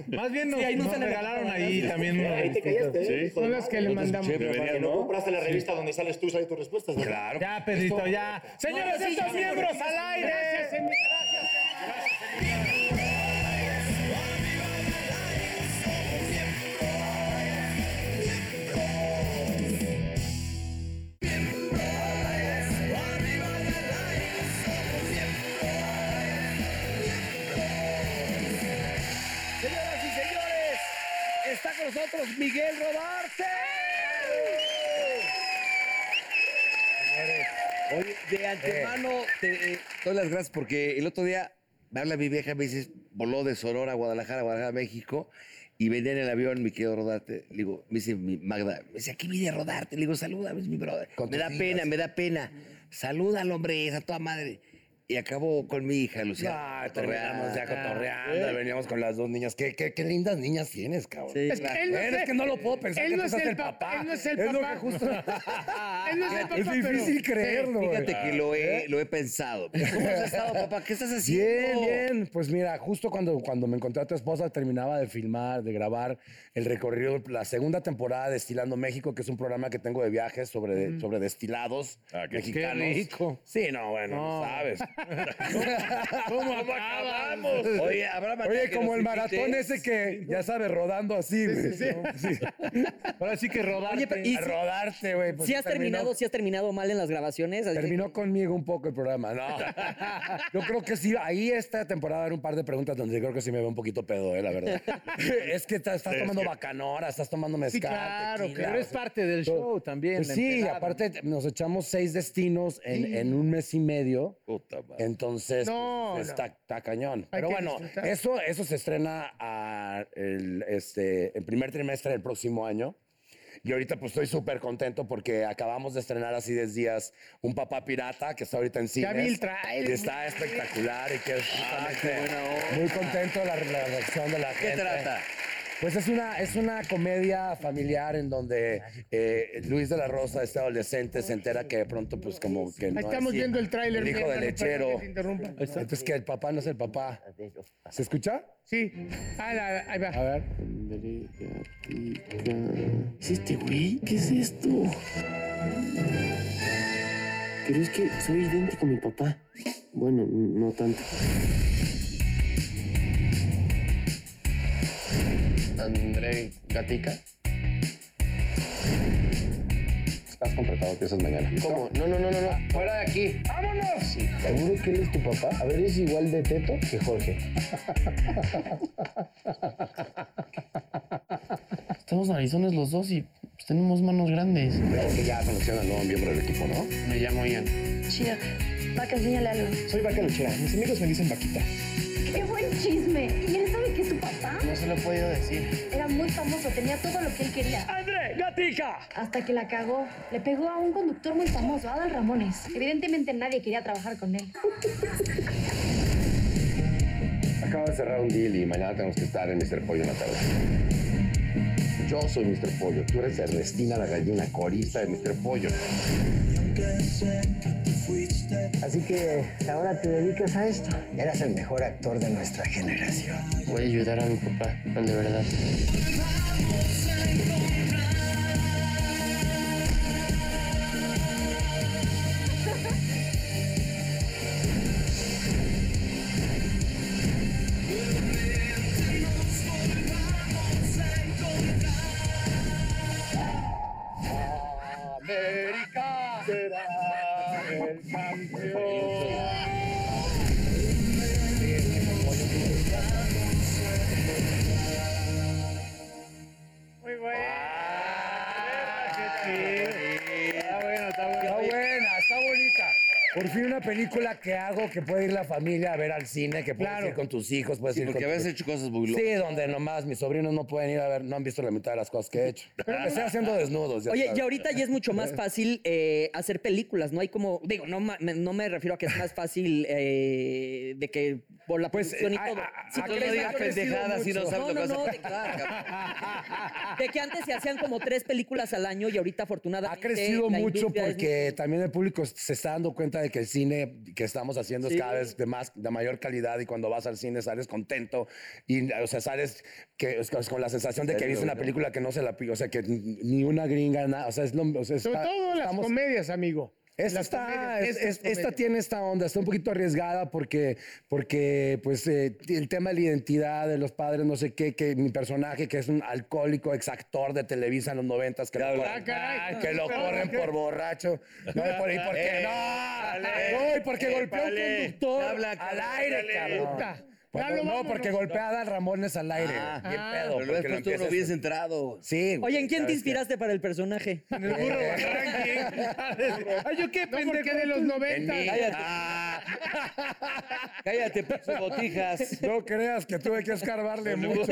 Speaker 7: Más bien nos,
Speaker 6: Sí, ahí no
Speaker 7: nos
Speaker 6: se le
Speaker 7: regalaron
Speaker 6: regalaron.
Speaker 7: ahí también. una
Speaker 9: Ahí te
Speaker 7: revistita.
Speaker 9: callaste, ¿eh?
Speaker 4: Sí.
Speaker 9: Hijo de
Speaker 3: Son las
Speaker 9: madre.
Speaker 3: que le
Speaker 1: No te
Speaker 3: mandamos.
Speaker 1: escuché, pero
Speaker 4: Debería,
Speaker 9: Que
Speaker 1: bueno.
Speaker 9: no
Speaker 4: ¿no?
Speaker 9: compraste la revista donde sales tú y sales tus respuestas. ¿verdad?
Speaker 1: Claro.
Speaker 7: Ya, Pedrito, ya. Señores,
Speaker 6: No, sí,
Speaker 7: estos
Speaker 6: ya me
Speaker 7: miembros
Speaker 6: acordé.
Speaker 7: al aire.
Speaker 3: Gracias, Emma.
Speaker 1: Señoras y señores, está con nosotros Miguel Rodarte. Oye, de antemano te eh, doy las gracias porque el otro día me habla mi vieja, me dice, voló de Sonora a Guadalajara, Guadalajara, México, y venía en el avión, mi querido Rodarte. Le digo, me dice mi Magda, me
Speaker 5: Pues,
Speaker 1: dice, aquí viene Rodarte. Le digo, saluda, es mi brother. Me da pena, me da pena. Salúdalo, hombre, es a toda madre. Y acabó con mi hija, Lucía.
Speaker 10: Ah, terminamos ya cotorreando, veníamos con las dos niñas. Qué, qué, qué lindas niñas tienes, cabrón.
Speaker 3: Es que él no
Speaker 10: Eh,
Speaker 3: es
Speaker 10: es que no lo puedo pensar
Speaker 3: Él
Speaker 10: que
Speaker 3: no
Speaker 10: tú
Speaker 3: es
Speaker 10: seas
Speaker 3: el
Speaker 10: el
Speaker 3: papá.
Speaker 10: papá.
Speaker 3: Él no es el
Speaker 10: Es lo
Speaker 3: papá.
Speaker 10: que justo-
Speaker 3: Él no es el papá.
Speaker 10: es
Speaker 3: pero-
Speaker 10: difícil
Speaker 3: Sí.
Speaker 10: creerlo, ¿Eh? güey.
Speaker 1: Fíjate que lo he, lo he pensado. ¿Cómo has estado, papá? ¿Qué estás
Speaker 10: Bien,
Speaker 1: haciendo?
Speaker 10: bien. Pues mira, justo cuando, cuando me encontré a tu esposa, terminaba de filmar, de grabar el recorrido, la segunda temporada de Destilando México, que es un programa que tengo de viajes sobre, de- sobre destilados
Speaker 4: Ah, qué-
Speaker 10: mexicanos.
Speaker 7: qué rico.
Speaker 10: Sí, no, bueno,
Speaker 7: No.
Speaker 10: sabes.
Speaker 7: ¿Cómo acabamos?
Speaker 1: Oye, habrá material
Speaker 10: Oye,
Speaker 1: que
Speaker 10: como
Speaker 1: nos
Speaker 10: el maratón
Speaker 1: invites.
Speaker 10: ese que, ya sabes, rodando así, güey.
Speaker 7: Ahora sí que rodarte.
Speaker 6: Oye, pero- y-
Speaker 10: A rodarte, güey.
Speaker 6: Si
Speaker 10: pues,
Speaker 6: has
Speaker 10: terminó-
Speaker 6: terminado, si has terminado mal en las grabaciones. así
Speaker 10: Terminó conmigo un poco el programa, no. Yo creo que sí, ahí esta temporada era un par de preguntas donde yo creo que sí me ve un poquito pedo, eh, la verdad. es que estás, estás tomando bacanora, estás tomando mezcal.
Speaker 7: Sí, claro,
Speaker 10: tequila,
Speaker 7: claro.
Speaker 10: o
Speaker 7: Es
Speaker 10: sea,
Speaker 7: parte del show también.
Speaker 10: pues
Speaker 7: la
Speaker 10: sí,
Speaker 7: empedada.
Speaker 10: aparte te- nos echamos seis destinos en, en un mes y medio.
Speaker 1: Puta madre.
Speaker 10: Entonces,
Speaker 3: No,
Speaker 10: pues,
Speaker 3: no.
Speaker 10: Está, está cañón. Pero
Speaker 3: que
Speaker 10: bueno,
Speaker 3: disfrutar.
Speaker 10: eso, eso se estrena a el, este, el primer trimestre del próximo año. Y ahorita pues estoy súper contento porque acabamos de estrenar así 10 días Un Papá Pirata que está ahorita en cine.
Speaker 3: vi el tráiler.
Speaker 10: Y está espectacular y que es
Speaker 1: Ah,
Speaker 10: justamente muy contento la, la reacción de la
Speaker 1: ¿Qué
Speaker 10: gente.
Speaker 1: trata?
Speaker 10: Pues es una, es una comedia familiar en donde eh, Luis de la Rosa, este adolescente, se entera que de pronto, pues como que no
Speaker 3: Ahí estamos
Speaker 10: es
Speaker 3: viendo el tráiler.
Speaker 10: El hijo
Speaker 3: mira,
Speaker 10: del
Speaker 3: no, perdón
Speaker 10: lechero.
Speaker 3: que te interrumpa.
Speaker 10: Entonces que el papá no es el papá. ¿Se escucha?
Speaker 3: Sí. Ah, la- ahí va.
Speaker 10: A ver.
Speaker 11: ¿Es este güey? ¿Qué es esto? Pero es que soy idéntico a mi papá. Bueno, no tanto.
Speaker 9: André Gatica. Estás contratado, empiezas mañana. ¿Cómo? No, no, no, no, no. Fuera de aquí. ¡Vámonos! ¿Seguro que él es tu papá? A ver, es igual de teto que Jorge.
Speaker 11: Estamos narizones los dos y pues, tenemos manos grandes.
Speaker 9: Creo que ya selecciona el nuevo miembro del equipo, ¿no?
Speaker 11: Me llamo Ian.
Speaker 9: Chía,
Speaker 5: Vacas, dígale algo.
Speaker 9: Soy vaca lechera. Mis amigos me dicen vaquita.
Speaker 5: ¡Qué buen chisme! ¿Y él sabe que su papá?
Speaker 9: No se lo he podido decir.
Speaker 5: Era muy famoso, tenía todo lo que él quería. ¡André, gatija! Hasta que la cagó. Le pegó a un conductor muy famoso, Adal Ramones. Evidentemente nadie quería trabajar con él.
Speaker 10: Acabo de cerrar un deal y mañana tenemos que estar en Mr. Pollo en la tarde. Yo soy Mr. Pollo, tú eres Ernestina la gallina, corista de Mr. Pollo.
Speaker 12: Así que ahora te dedicas a esto. Eras el mejor actor de nuestra generación.
Speaker 11: Voy a ayudar a mi papá, de verdad.
Speaker 10: América será el campeón.
Speaker 3: Muy bueno.
Speaker 1: Ah,
Speaker 3: Está bueno, está bueno.
Speaker 13: Está buena, está bonita.
Speaker 10: Por fin una película que hago que puede ir la familia a ver al cine, que puedes
Speaker 13: Claro.
Speaker 10: ir con tus hijos, puedes
Speaker 1: Sí,
Speaker 10: ir
Speaker 1: porque
Speaker 10: con
Speaker 1: a
Speaker 10: tu-
Speaker 1: veces he hecho cosas muy locas.
Speaker 10: Sí, donde nomás mis sobrinos no pueden ir a ver, no han visto la mitad de las cosas que he hecho.
Speaker 6: Pero-
Speaker 10: Me estoy haciendo desnudos. ya
Speaker 6: Oye,
Speaker 10: sabes.
Speaker 6: y ahorita ya es mucho más fácil eh, hacer películas, ¿no? Hay como, digo, no, ma- me, no me refiero a que es más fácil eh, de que por la
Speaker 10: Pues, eh,
Speaker 6: producción y
Speaker 1: a-
Speaker 6: todo.
Speaker 1: a-
Speaker 6: Sí,
Speaker 1: a-
Speaker 6: todo
Speaker 1: no
Speaker 6: es
Speaker 1: digas
Speaker 6: más fácil.
Speaker 1: pendejadas y no sabes lo
Speaker 6: No,
Speaker 1: que
Speaker 6: no,
Speaker 1: vas a
Speaker 6: no, de- De que antes se hacían como tres películas al año y ahorita afortunadamente.
Speaker 10: Ha crecido
Speaker 6: la
Speaker 10: mucho
Speaker 6: industria es
Speaker 10: porque también el público se está dando cuenta de que el cine que estamos haciendo
Speaker 6: Sí.
Speaker 10: es cada vez de más de mayor calidad y cuando vas al cine sales contento y o sea sales que es- con la sensación de que
Speaker 7: Serio,
Speaker 10: viste una
Speaker 7: ¿no?
Speaker 10: película que no se la pi- o sea que ni una gringa nada, o sea es lo o sea,
Speaker 3: Sobre
Speaker 10: está-
Speaker 3: todo las
Speaker 10: estamos-
Speaker 3: comedias, amigo.
Speaker 10: esta,
Speaker 3: Las
Speaker 10: está- es-
Speaker 3: comedias, estas
Speaker 10: es- esta
Speaker 3: comedias.
Speaker 10: tiene esta onda, está un poquito arriesgada porque, porque pues, eh, el tema de la identidad de los padres, no sé qué, que mi personaje, que es un alcohólico exactor de Televisa en los noventas, que, lo corren- ah,
Speaker 7: caray.
Speaker 10: que lo
Speaker 7: Pero,
Speaker 10: corren
Speaker 7: ¿qué?
Speaker 10: por borracho. No, y por, y por qué
Speaker 7: Eh,
Speaker 10: no.
Speaker 7: dale.
Speaker 10: No, y porque
Speaker 7: Eh,
Speaker 10: golpeó al
Speaker 7: dale.
Speaker 10: conductor
Speaker 7: Habla,
Speaker 10: al
Speaker 7: cabrón,
Speaker 10: aire,
Speaker 7: dale.
Speaker 10: cabrón.
Speaker 7: Puta.
Speaker 10: Por-
Speaker 7: Lalo,
Speaker 10: no,
Speaker 7: vámonos.
Speaker 10: porque golpeaba a Ramones al aire.
Speaker 1: Ah,
Speaker 10: bien
Speaker 1: ah.
Speaker 10: pedo.
Speaker 1: Pero lo
Speaker 10: porque
Speaker 1: hubieras puesto uno
Speaker 10: empiezas-
Speaker 1: bien centrado.
Speaker 10: Sí.
Speaker 6: Oye, ¿en quién te
Speaker 10: ¿sabes qué?
Speaker 6: inspiraste para el personaje? En
Speaker 10: el burro
Speaker 3: Ay, yo qué pendejo. de los 90.
Speaker 1: En mí. Ah, Cállate, pinche botijas.
Speaker 10: No creas que tuve que escarbarle mucho.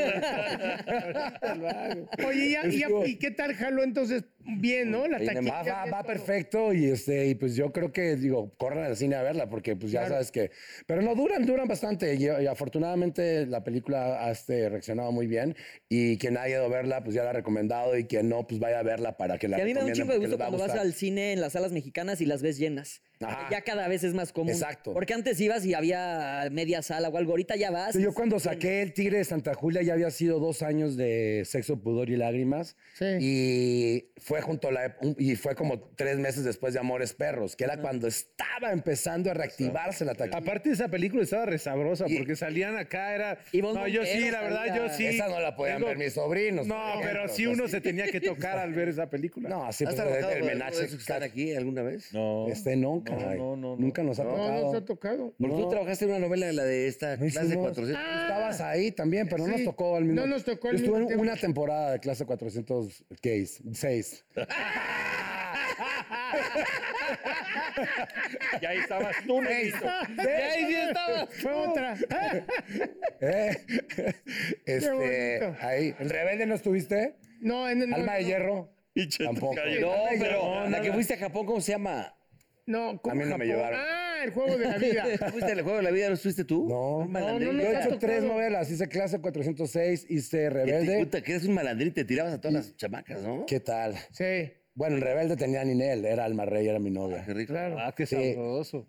Speaker 3: Oye, ya- ya-
Speaker 10: Estuvo-
Speaker 3: ¿y qué tal jaló entonces? Bien, ¿no? La taquilla.
Speaker 10: Va, va,
Speaker 3: bien,
Speaker 10: va
Speaker 3: todo.
Speaker 10: perfecto y este y pues yo creo que digo corran al cine a verla porque pues ya
Speaker 3: Claro.
Speaker 10: sabes que pero no duran duran bastante y, y afortunadamente la película ha este, reaccionado muy bien y quien haya ido a verla pues ya la ha recomendado y quien no pues vaya a verla para que la
Speaker 6: Y a mí me da un
Speaker 10: recomienden,
Speaker 6: chingo de
Speaker 10: porque
Speaker 6: gusto
Speaker 10: les va a
Speaker 6: cuando vas
Speaker 10: gustar.
Speaker 6: al cine en las salas mexicanas y las ves llenas.
Speaker 10: Ajá.
Speaker 6: Ya cada vez es más común.
Speaker 10: Exacto.
Speaker 6: Porque antes ibas y había media sala o algo. Ahorita ya vas.
Speaker 10: Sí, Yo cuando saqué el Tigre de Santa Julia ya había sido dos años de sexo, pudor y lágrimas. Y fue junto a la ep- un- y fue como tres meses después de Amores Perros, que era cuando estaba empezando a reactivarse la taquilla.
Speaker 7: Aparte esa película estaba resabrosa porque salían acá, era... No, yo sí, la verdad, yo sí.
Speaker 10: Esa no la podían
Speaker 7: Digo,
Speaker 10: ver mis sobrinos.
Speaker 7: No, pero sí uno se tenía que tocar al ver esa película.
Speaker 10: No, así pues, el- el menaje.
Speaker 1: estar aquí alguna vez?
Speaker 10: No. Este nunca. No, Nunca nos ha
Speaker 3: No, no se
Speaker 10: tocado.
Speaker 3: ha tocado.
Speaker 1: Porque tú trabajaste en una novela, la de esta clase
Speaker 10: hicimos.
Speaker 1: 400.
Speaker 10: Tú Estabas ahí también, pero no
Speaker 1: Sí.
Speaker 10: nos tocó al mismo
Speaker 1: No nos tocó al
Speaker 10: Yo estuve
Speaker 1: mismo
Speaker 10: en
Speaker 1: tiempo.
Speaker 10: una temporada de clase 400 gays, 6.
Speaker 4: Y ahí estabas tú, negrito.
Speaker 3: Fue otra.
Speaker 10: Eh, Este,
Speaker 3: bonito.
Speaker 10: ahí. ¿En Rebelde no estuviste?
Speaker 3: No, en
Speaker 10: Alma de
Speaker 3: no.
Speaker 10: Hierro. Tampoco.
Speaker 1: No, pero la que fuiste a Japón, ¿cómo se llama?
Speaker 3: No, ¿cómo
Speaker 1: A mí no me
Speaker 3: Japón?
Speaker 1: llevaron.
Speaker 3: Ah, el juego de la vida.
Speaker 1: ¿Fuiste al juego de la vida? ¿No estuviste tú?
Speaker 10: No.
Speaker 1: malandrín.
Speaker 10: Yo he
Speaker 1: Yo he
Speaker 10: hecho tres novelas. Hice clase 406, hice Rebelde.
Speaker 1: Puta, que eres un malandrín, te tirabas a todas las chamacas, ¿no?
Speaker 10: ¿Qué tal?
Speaker 3: Sí.
Speaker 10: Bueno, en Rebelde tenía a Ninel, era Alma Rey, era mi novia.
Speaker 1: qué rico.
Speaker 10: Claro.
Speaker 7: Ah, qué sabroso.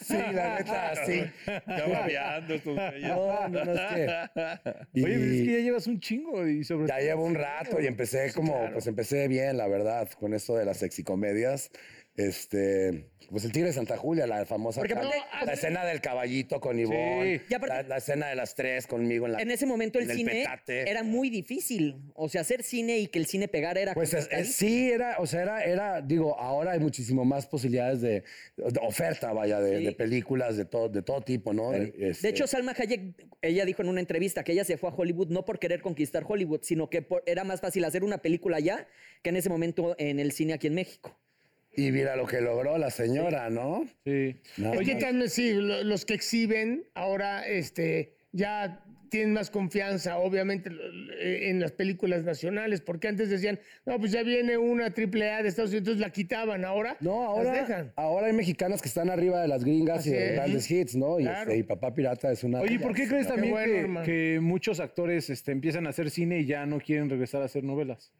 Speaker 10: Sí, la neta, sí.
Speaker 4: Ya babeando estos güeyes.
Speaker 10: No, no, no, es que-
Speaker 7: Oye, pero es
Speaker 10: Y-
Speaker 7: que ya llevas un chingo y sobre
Speaker 10: Ya llevo un rato y empecé como, pues empecé bien, la verdad, con esto de las sexicomedias. Este, pues el Tigre de Santa Julia, la famosa.
Speaker 6: Porque aparte-
Speaker 10: la
Speaker 3: pues,
Speaker 10: escena del caballito con Ivonne.
Speaker 6: Y aparte-
Speaker 10: la, la escena de las tres conmigo en la.
Speaker 6: En ese momento el
Speaker 10: en
Speaker 6: cine
Speaker 10: petate.
Speaker 6: era muy difícil. O sea, hacer cine y que el cine pegara era...
Speaker 10: Pues es- es- sí, era, o sea, era, era, digo, ahora hay muchísimo más posibilidades de, de oferta, vaya, de, de películas de todo, de este, todo tipo, ¿no?
Speaker 6: De hecho, Salma Hayek, ella dijo en una entrevista que ella se fue a Hollywood no por querer conquistar Hollywood, sino que por- era más fácil hacer una película allá que en ese momento en el cine aquí en México.
Speaker 10: Y mira lo que logró la señora, ¿no?
Speaker 7: Sí.
Speaker 3: es que también sí, lo- los que exhiben ahora este, ya tienen más confianza, obviamente, lo- eh, en las películas nacionales, porque antes decían, no, pues ya viene una triple A de Estados Unidos, entonces la quitaban, ahora
Speaker 10: No,
Speaker 3: las
Speaker 10: ahora,
Speaker 3: dejan.
Speaker 10: ahora hay mexicanas que están arriba de las gringas
Speaker 3: Así
Speaker 10: y de
Speaker 3: es.
Speaker 10: los grandes hits, ¿no? Y,
Speaker 7: Claro.
Speaker 10: este, y Papá Pirata es una.
Speaker 7: Oye, ¿y ¿por qué crees
Speaker 10: Qué
Speaker 7: también
Speaker 10: bueno,
Speaker 7: que-
Speaker 10: hermano.
Speaker 7: que, muchos actores este, empiezan a hacer cine y ya no quieren regresar a hacer novelas?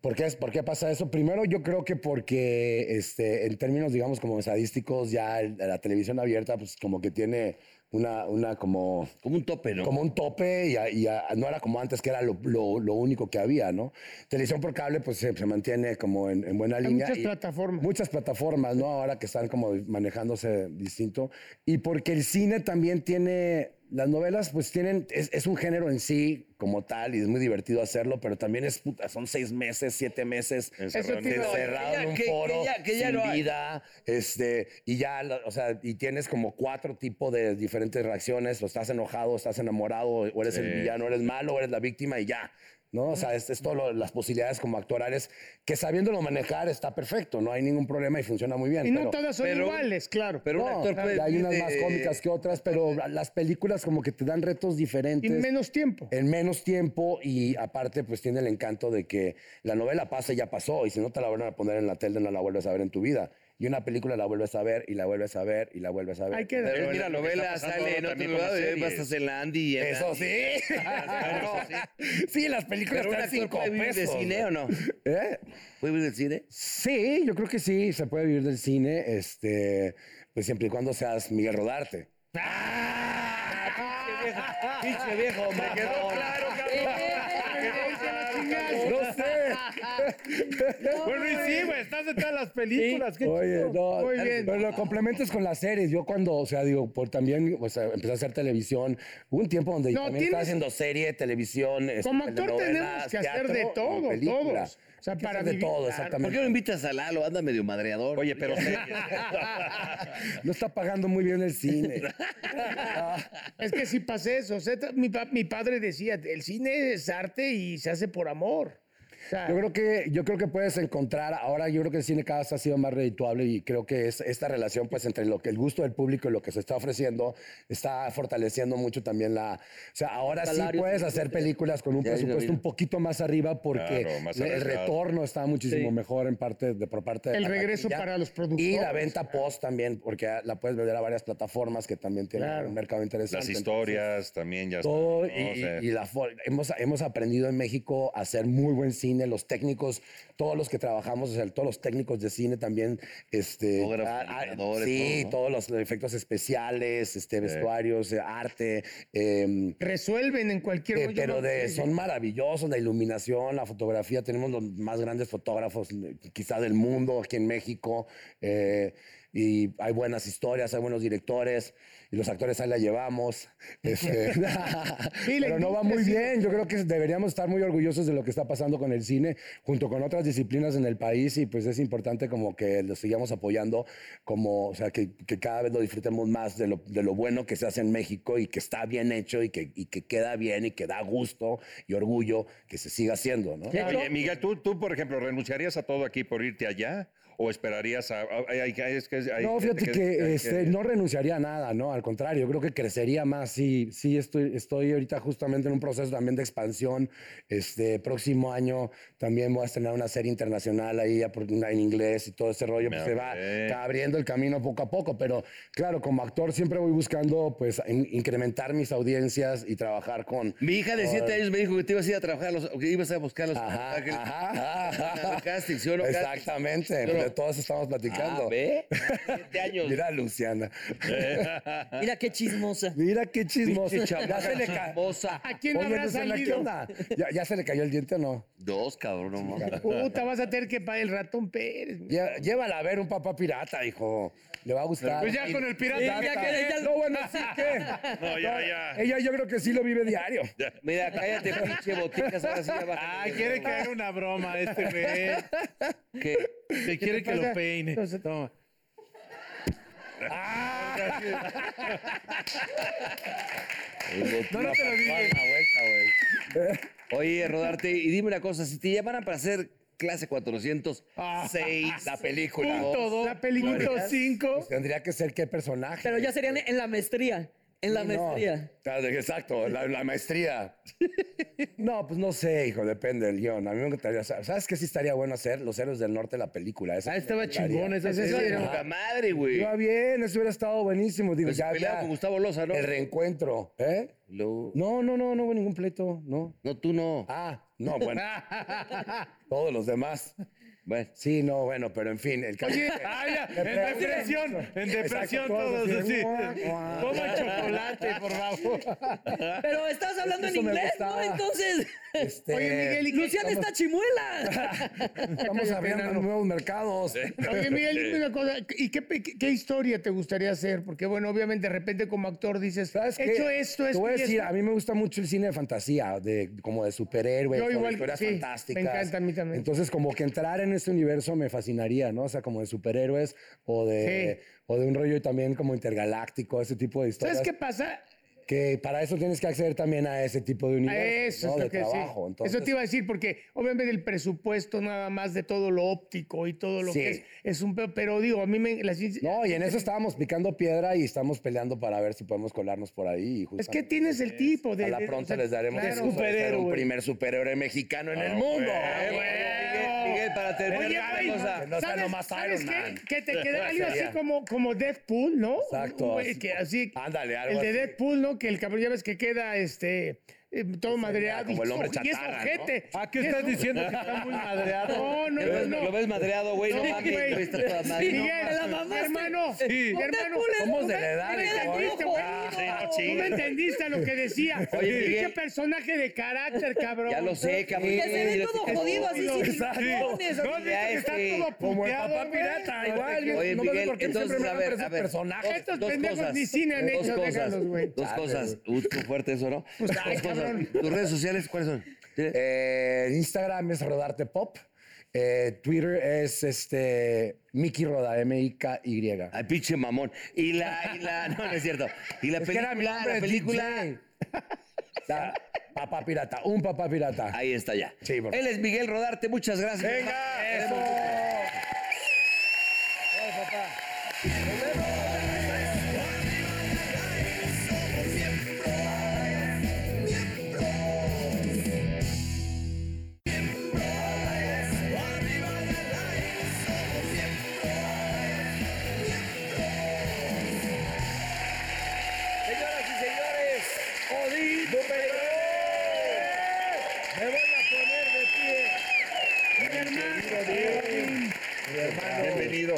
Speaker 10: ¿Por qué, es- ¿Por qué pasa eso? Primero, yo creo que porque este, en términos, digamos, como estadísticos, ya el- la televisión abierta, pues como que tiene una, una como...
Speaker 1: Como un tope, ¿no?
Speaker 10: Como un tope y, a- y a- no era como antes, que era lo, lo- lo único que había, ¿no? Televisión por cable, pues se, se mantiene como en, en buena
Speaker 3: Hay
Speaker 10: línea.
Speaker 3: muchas
Speaker 10: y-
Speaker 3: plataformas.
Speaker 10: Muchas plataformas, ¿no? Ahora que están como manejándose distinto. Y porque el cine también tiene, las novelas pues tienen, es, es un género en sí como tal y es muy divertido hacerlo, pero también es, puta, son seis meses, siete meses
Speaker 1: Encerrado en-
Speaker 10: encerrado en un
Speaker 1: Que ya- que-
Speaker 10: foro,
Speaker 1: que ya- que ya
Speaker 10: sin
Speaker 1: no hay.
Speaker 10: vida, este, y ya, la- o sea, y tienes como cuatro tipos de diferentes reacciones, o estás enojado, o estás enamorado, o eres el
Speaker 1: Sí.
Speaker 10: villano, eres malo, o eres la víctima y ya. ¿No? O sea, es, es todo lo- las posibilidades como actorales que sabiéndolo manejar está perfecto, no hay ningún problema y funciona muy bien.
Speaker 3: Y no
Speaker 10: pero-
Speaker 3: todas son iguales, claro.
Speaker 10: pero un
Speaker 3: No,
Speaker 10: actor
Speaker 3: claro.
Speaker 1: pues,
Speaker 10: puede- hay unas
Speaker 1: este,
Speaker 10: más cómicas que otras, pero las películas como que te dan retos diferentes.
Speaker 3: En menos tiempo.
Speaker 10: En menos tiempo y aparte pues tiene el encanto de que la novela pasa y ya pasó y si no te la vuelven a poner en la tele no la vuelves a ver en tu vida. Y una película la vuelves a ver y la vuelves a ver y la vuelves a ver.
Speaker 3: Hay que- Pero
Speaker 1: Pero mira, novela sale en otro lugar y vas
Speaker 10: hacer
Speaker 1: a hacer la Andy y en
Speaker 10: Eso
Speaker 1: Andy.
Speaker 10: sí. sí, las películas
Speaker 1: Pero un
Speaker 10: están
Speaker 1: actor
Speaker 10: cinco
Speaker 1: puede vivir de
Speaker 10: pesos.
Speaker 1: cine o no?
Speaker 10: ¿Eh?
Speaker 1: ¿Puede vivir del cine?
Speaker 10: Sí, yo creo que sí, se puede vivir del cine, este, pues siempre y cuando seas Miguel Rodarte. Ah.
Speaker 1: Pinche viejo, me quedó claro,
Speaker 10: No sé.
Speaker 7: bueno, y sí, güey, estás de todas las películas. Qué
Speaker 10: Oye,
Speaker 7: chido.
Speaker 10: no, eh,
Speaker 7: Muy bien.
Speaker 10: pero lo complementas con las series. Yo cuando, o sea, digo, por también, o sea, empecé a hacer televisión. Hubo un tiempo donde
Speaker 3: No,
Speaker 10: también estaba
Speaker 3: tienes-
Speaker 10: haciendo serie, televisión, este,
Speaker 3: Como actor tenemos
Speaker 10: telenovelas,
Speaker 3: que hacer de
Speaker 10: teatro y
Speaker 3: todo,
Speaker 10: película.
Speaker 3: todos. O sea,
Speaker 10: Hay que
Speaker 3: para
Speaker 10: hacer de
Speaker 3: vivir,
Speaker 10: todo,
Speaker 3: claro.
Speaker 10: exactamente.
Speaker 1: ¿Por qué no invitas a Lalo? Anda medio madreador. Oye,
Speaker 10: pero No está pagando muy bien el cine.
Speaker 3: Es que si pasé eso, o sea, mi, pa- mi padre decía, el cine es arte y se hace por amor. O sea,
Speaker 10: Yo creo que yo creo que puedes encontrar ahora yo creo que el cine cada vez ha sido más redituable y creo que es esta relación pues entre lo que el gusto del público y lo que se está ofreciendo está fortaleciendo mucho también la o sea ahora sí
Speaker 7: Salario,
Speaker 10: puedes
Speaker 7: sí,
Speaker 10: hacer
Speaker 7: sí.
Speaker 10: películas con un
Speaker 7: Ya, ya
Speaker 10: presupuesto
Speaker 7: vi.
Speaker 10: un poquito más arriba porque
Speaker 7: Claro, más
Speaker 10: el
Speaker 7: arriesgado.
Speaker 10: retorno está muchísimo
Speaker 7: Sí.
Speaker 10: mejor en parte de por parte de
Speaker 3: El
Speaker 10: la
Speaker 3: regreso
Speaker 10: taquilla.
Speaker 3: para los productores.
Speaker 10: y la venta post también porque la puedes vender a varias plataformas que también tienen
Speaker 4: Claro.
Speaker 10: un mercado interesante
Speaker 4: Las
Speaker 10: Entonces,
Speaker 4: historias también ya
Speaker 10: todo y,
Speaker 4: están, ¿no? O
Speaker 10: y-
Speaker 4: sea,
Speaker 10: y la for- hemos, hemos aprendido en México a hacer muy buen cine, los técnicos, todos los que trabajamos, o sea, todos los técnicos de cine también, este,
Speaker 1: Fotógrafos,
Speaker 10: ah, ah,
Speaker 1: iluminadores,
Speaker 10: sí,
Speaker 1: todo, ¿no?
Speaker 10: todos los efectos especiales, este, vestuarios, eh, arte, em,
Speaker 3: resuelven en cualquier
Speaker 10: eh,
Speaker 3: hoyo,
Speaker 10: pero
Speaker 3: ¿no?
Speaker 10: de,
Speaker 3: Sí, sí.
Speaker 10: son maravillosos, la iluminación, la fotografía. Tenemos los más grandes fotógrafos eh, quizá del mundo aquí en México. eh, y hay buenas historias, hay buenos directores. Y los actores ahí la llevamos. este,
Speaker 3: Sí, la
Speaker 10: pero no va
Speaker 3: industria
Speaker 10: muy
Speaker 3: sí.
Speaker 10: bien. Yo creo que deberíamos estar muy orgullosos de lo que está pasando con el cine, junto con otras disciplinas en el país. Y pues es importante como que lo sigamos apoyando, como, o sea, que, que cada vez lo disfrutemos más de lo, de lo bueno que se hace en México y que está bien hecho y que, y que queda bien y que da gusto y orgullo que se siga haciendo, ¿no?
Speaker 4: Oye, Miguel, ¿tú, tú, por ejemplo, ¿renunciarías a todo aquí por irte allá? ¿O esperarías a.? a- hay- hay- es que- hay
Speaker 10: no,
Speaker 4: gente
Speaker 10: fíjate que,
Speaker 4: hay
Speaker 10: este, no renunciaría a nada, ¿no? Al contrario, yo creo que crecería más. Sí, sí, estoy, estoy ahorita justamente en un proceso también de expansión. Este próximo año también voy a estrenar una serie internacional ahí ya por- en inglés y todo ese rollo. Pues se va
Speaker 4: Ok.
Speaker 10: está abriendo el camino poco a poco. Pero claro, como actor siempre voy buscando pues in- incrementar mis audiencias y trabajar con.
Speaker 1: Mi hija de
Speaker 10: con-
Speaker 1: 7 años me dijo que te ibas a ir a trabajar, a los, que ibas a buscar a los
Speaker 10: Ajá,
Speaker 1: Ángeles.
Speaker 10: ajá, ajá.
Speaker 1: Ah, casting, ¿sí o no casting?
Speaker 10: Exactamente,
Speaker 1: ¿Sí o
Speaker 10: de
Speaker 1: no?
Speaker 10: todos estamos platicando.
Speaker 1: Ah, ¿ve? Siete años.
Speaker 10: Mira, Luciana.
Speaker 6: Mira qué chismosa.
Speaker 10: Mira qué chismosa.
Speaker 1: Pinche
Speaker 10: Ya
Speaker 1: chamaca
Speaker 10: se le ca-
Speaker 1: chismosa.
Speaker 3: ¿A quién
Speaker 10: Oye,
Speaker 3: habrá
Speaker 10: Luciana, ¿qué
Speaker 3: salido?
Speaker 10: onda? ¿Ya, ya se le cayó el diente o no?
Speaker 1: Dos, cabrón. no mames.
Speaker 3: Puta, vas a tener que pagar el ratón Pérez.
Speaker 10: Lle- Llévala a ver un papá pirata, hijo. Le va a gustar.
Speaker 7: Pues ya con el pirata. Sí, ya que- ya-
Speaker 10: No, bueno, sí que.
Speaker 4: No, ya, ya.
Speaker 10: Ella yo creo que sí lo vive diario.
Speaker 1: Mira, cállate, pinche boticas. Ahora sí ya baja.
Speaker 7: Ay, quiere que haga una broma este güey.
Speaker 1: ¿Qué?
Speaker 7: Te quiere que lo peine. Toma.
Speaker 1: No, no te lo dije. Oye, Rodarte, y dime una cosa, si te llamaran para hacer clase 406.
Speaker 10: La película.
Speaker 1: Punto dos.
Speaker 3: La película.
Speaker 10: Ah, Punto
Speaker 3: cinco.
Speaker 10: Pues tendría que ser qué personaje.
Speaker 6: Pero ya serían en la maestría. En la
Speaker 10: Sí, no.
Speaker 6: maestría.
Speaker 10: Claro, Exacto, la, la maestría. No, pues no sé, hijo, depende del guión. A mí me encantaría. ¿Sabes qué sí estaría bueno hacer? Los héroes del norte, la película. Esa ah,
Speaker 1: estaba chingón, esa Esa serie. era poca madre, güey.
Speaker 10: Iba bien, eso hubiera estado buenísimo. Digo,
Speaker 1: Pues
Speaker 10: ya
Speaker 1: peleado
Speaker 10: había
Speaker 1: con Gustavo Loza, ¿no?
Speaker 10: El reencuentro, ¿eh? No, no, no, no hubo ningún pleito, no.
Speaker 1: No, tú no.
Speaker 10: Ah, no, bueno. Todos los demás.
Speaker 1: Bueno.
Speaker 10: Sí, no, bueno, pero en fin. El caso
Speaker 7: Oye,
Speaker 10: es que-
Speaker 7: ah, ya, en depresión, en
Speaker 10: Exacto,
Speaker 7: depresión todos así.
Speaker 10: guau, guau.
Speaker 7: Toma chocolate, por favor.
Speaker 6: Pero estás hablando en
Speaker 10: Eso me
Speaker 6: inglés, ¿no?
Speaker 10: gustaba.
Speaker 6: Entonces.
Speaker 10: Este, Oye,
Speaker 5: Eh,
Speaker 10: Miguel, ¿y qué?
Speaker 6: Luciana
Speaker 10: Vamos-
Speaker 6: está chimuela.
Speaker 10: Estamos abriendo nuevos mercados.
Speaker 3: Oye, Miguel, dime una cosa. ¿Y qué, pe- qué historia te gustaría hacer? Porque, bueno, obviamente, de repente como actor dices, he
Speaker 10: que
Speaker 3: hecho esto,
Speaker 10: Eh, te
Speaker 3: esto
Speaker 10: voy a
Speaker 3: y
Speaker 10: decir,
Speaker 3: esto.
Speaker 10: a mí me gusta mucho el cine de fantasía, de, como de superhéroes,
Speaker 3: Yo
Speaker 10: con
Speaker 3: igual,
Speaker 10: historias
Speaker 3: sí, me
Speaker 10: fantásticas.
Speaker 3: encanta a mí también.
Speaker 10: Entonces, como que entrar en este universo me fascinaría, ¿no? O sea, como de superhéroes o de, o de un rollo también como intergaláctico, ese tipo de historias.
Speaker 3: ¿Sabes qué pasa? Ah,
Speaker 10: Que para eso tienes que acceder también a ese tipo de universo,
Speaker 3: Eso es
Speaker 10: ¿no?
Speaker 3: lo
Speaker 10: de
Speaker 3: que sí.
Speaker 10: trabajo. Entonces,
Speaker 3: Eso te iba a decir, porque obviamente el presupuesto nada más de todo lo óptico y todo lo
Speaker 10: Sí.
Speaker 3: que es, es un peor. Pero digo, a mí me. la ciencia-
Speaker 10: No, y en eso estábamos picando piedra y estamos peleando para ver si podemos colarnos por ahí. y
Speaker 3: Es que
Speaker 10: justamente-
Speaker 3: tienes el tipo de.
Speaker 10: a la
Speaker 3: de-
Speaker 10: pronta
Speaker 3: o sea,
Speaker 10: les daremos
Speaker 3: claro.
Speaker 10: el gusto de ser un primer superhéroe mexicano
Speaker 1: Ah,
Speaker 10: en el mundo. Eh,
Speaker 1: Miguel, Miguel, para terminar
Speaker 3: Oye,
Speaker 1: una
Speaker 3: güey,
Speaker 1: cosa.
Speaker 10: Que no sea
Speaker 3: ¿sabes-
Speaker 10: nomás
Speaker 3: ¿sabes
Speaker 10: Iron
Speaker 3: qué?
Speaker 10: Man.
Speaker 3: Que te queda algo así
Speaker 10: Sería.
Speaker 3: como, como Deadpool, ¿no?
Speaker 10: Exacto,
Speaker 3: Un güey
Speaker 10: así
Speaker 3: que así.
Speaker 10: Ándale, algo
Speaker 3: El de
Speaker 10: así.
Speaker 3: Deadpool, ¿no? Que el cabrón ya ves que queda este. eh, todo madreado.
Speaker 10: como el hombre
Speaker 3: y es
Speaker 10: chatarra,
Speaker 3: ojete. Ah,
Speaker 7: ¿no? Ah, ¿qué
Speaker 3: Y es
Speaker 7: estás
Speaker 3: un-
Speaker 7: diciendo que está muy madreado?
Speaker 3: No, no,
Speaker 1: Lo
Speaker 3: no,
Speaker 1: ves-
Speaker 3: no.
Speaker 1: lo ves madreado, güey, no
Speaker 3: Sí,
Speaker 1: mames,
Speaker 3: güey.
Speaker 1: lo viste toda madre.
Speaker 3: Miguel,
Speaker 1: No mames.
Speaker 3: mi hermano,
Speaker 1: Sí.
Speaker 3: mi hermano.
Speaker 10: Somos de la edad,
Speaker 3: ¿Tú me
Speaker 10: hijo,
Speaker 3: entendiste,
Speaker 10: ¿eh?
Speaker 3: güey?
Speaker 10: Ah, sí, no
Speaker 3: Tú me
Speaker 10: chingues.
Speaker 3: entendiste a lo que decía.
Speaker 1: Oye,
Speaker 3: Pinche
Speaker 1: Miguel.
Speaker 3: personaje de carácter, cabrón. eh,
Speaker 1: Ya lo sé, cabrón.
Speaker 3: Que se ve
Speaker 1: todo jodido, así, sin
Speaker 3: Exacto.
Speaker 1: pulmones, así. Ya este,
Speaker 10: como el
Speaker 3: puteado,
Speaker 10: papá
Speaker 3: güey.
Speaker 10: pirata, igual. yo
Speaker 1: Oye,
Speaker 10: no me sé
Speaker 1: Miguel,
Speaker 10: por qué
Speaker 1: entonces,
Speaker 10: siempre
Speaker 1: a
Speaker 10: me van
Speaker 1: ver,
Speaker 10: esos
Speaker 1: a ver.
Speaker 10: personajes.
Speaker 1: dos-
Speaker 3: Estos
Speaker 1: dos
Speaker 3: pendejos
Speaker 1: cosas,
Speaker 3: ni cine han
Speaker 1: dos
Speaker 3: hecho,
Speaker 1: cosas,
Speaker 3: déjalos, güey.
Speaker 1: Dos
Speaker 3: Dale,
Speaker 1: cosas. Uy, qué fuerte eso, ¿no?
Speaker 3: Pues
Speaker 1: Dos
Speaker 3: dale,
Speaker 1: cosas.
Speaker 3: cabrón.
Speaker 1: ¿Tus redes sociales cuáles son?
Speaker 10: Eh, Instagram es Rodarte Pop. eh, Twitter es este Mickey Roda, M-I-K-Y.
Speaker 1: Ay, pinche mamón. Y la, y la, no, no es cierto. Y la
Speaker 10: Es que era mi
Speaker 1: película,
Speaker 10: nombre
Speaker 1: la
Speaker 10: de
Speaker 1: película.
Speaker 10: DJ. Da- Papá pirata, un papá pirata.
Speaker 1: Ahí está ya.
Speaker 10: Sí, por favor.
Speaker 1: Él es Miguel Rodarte, muchas gracias.
Speaker 10: Venga,
Speaker 1: Queremos- Señoras y señores, Odín Dupeirón. Me voy a poner de pie. Mi hermano. Mi hermano.
Speaker 4: Bienvenido.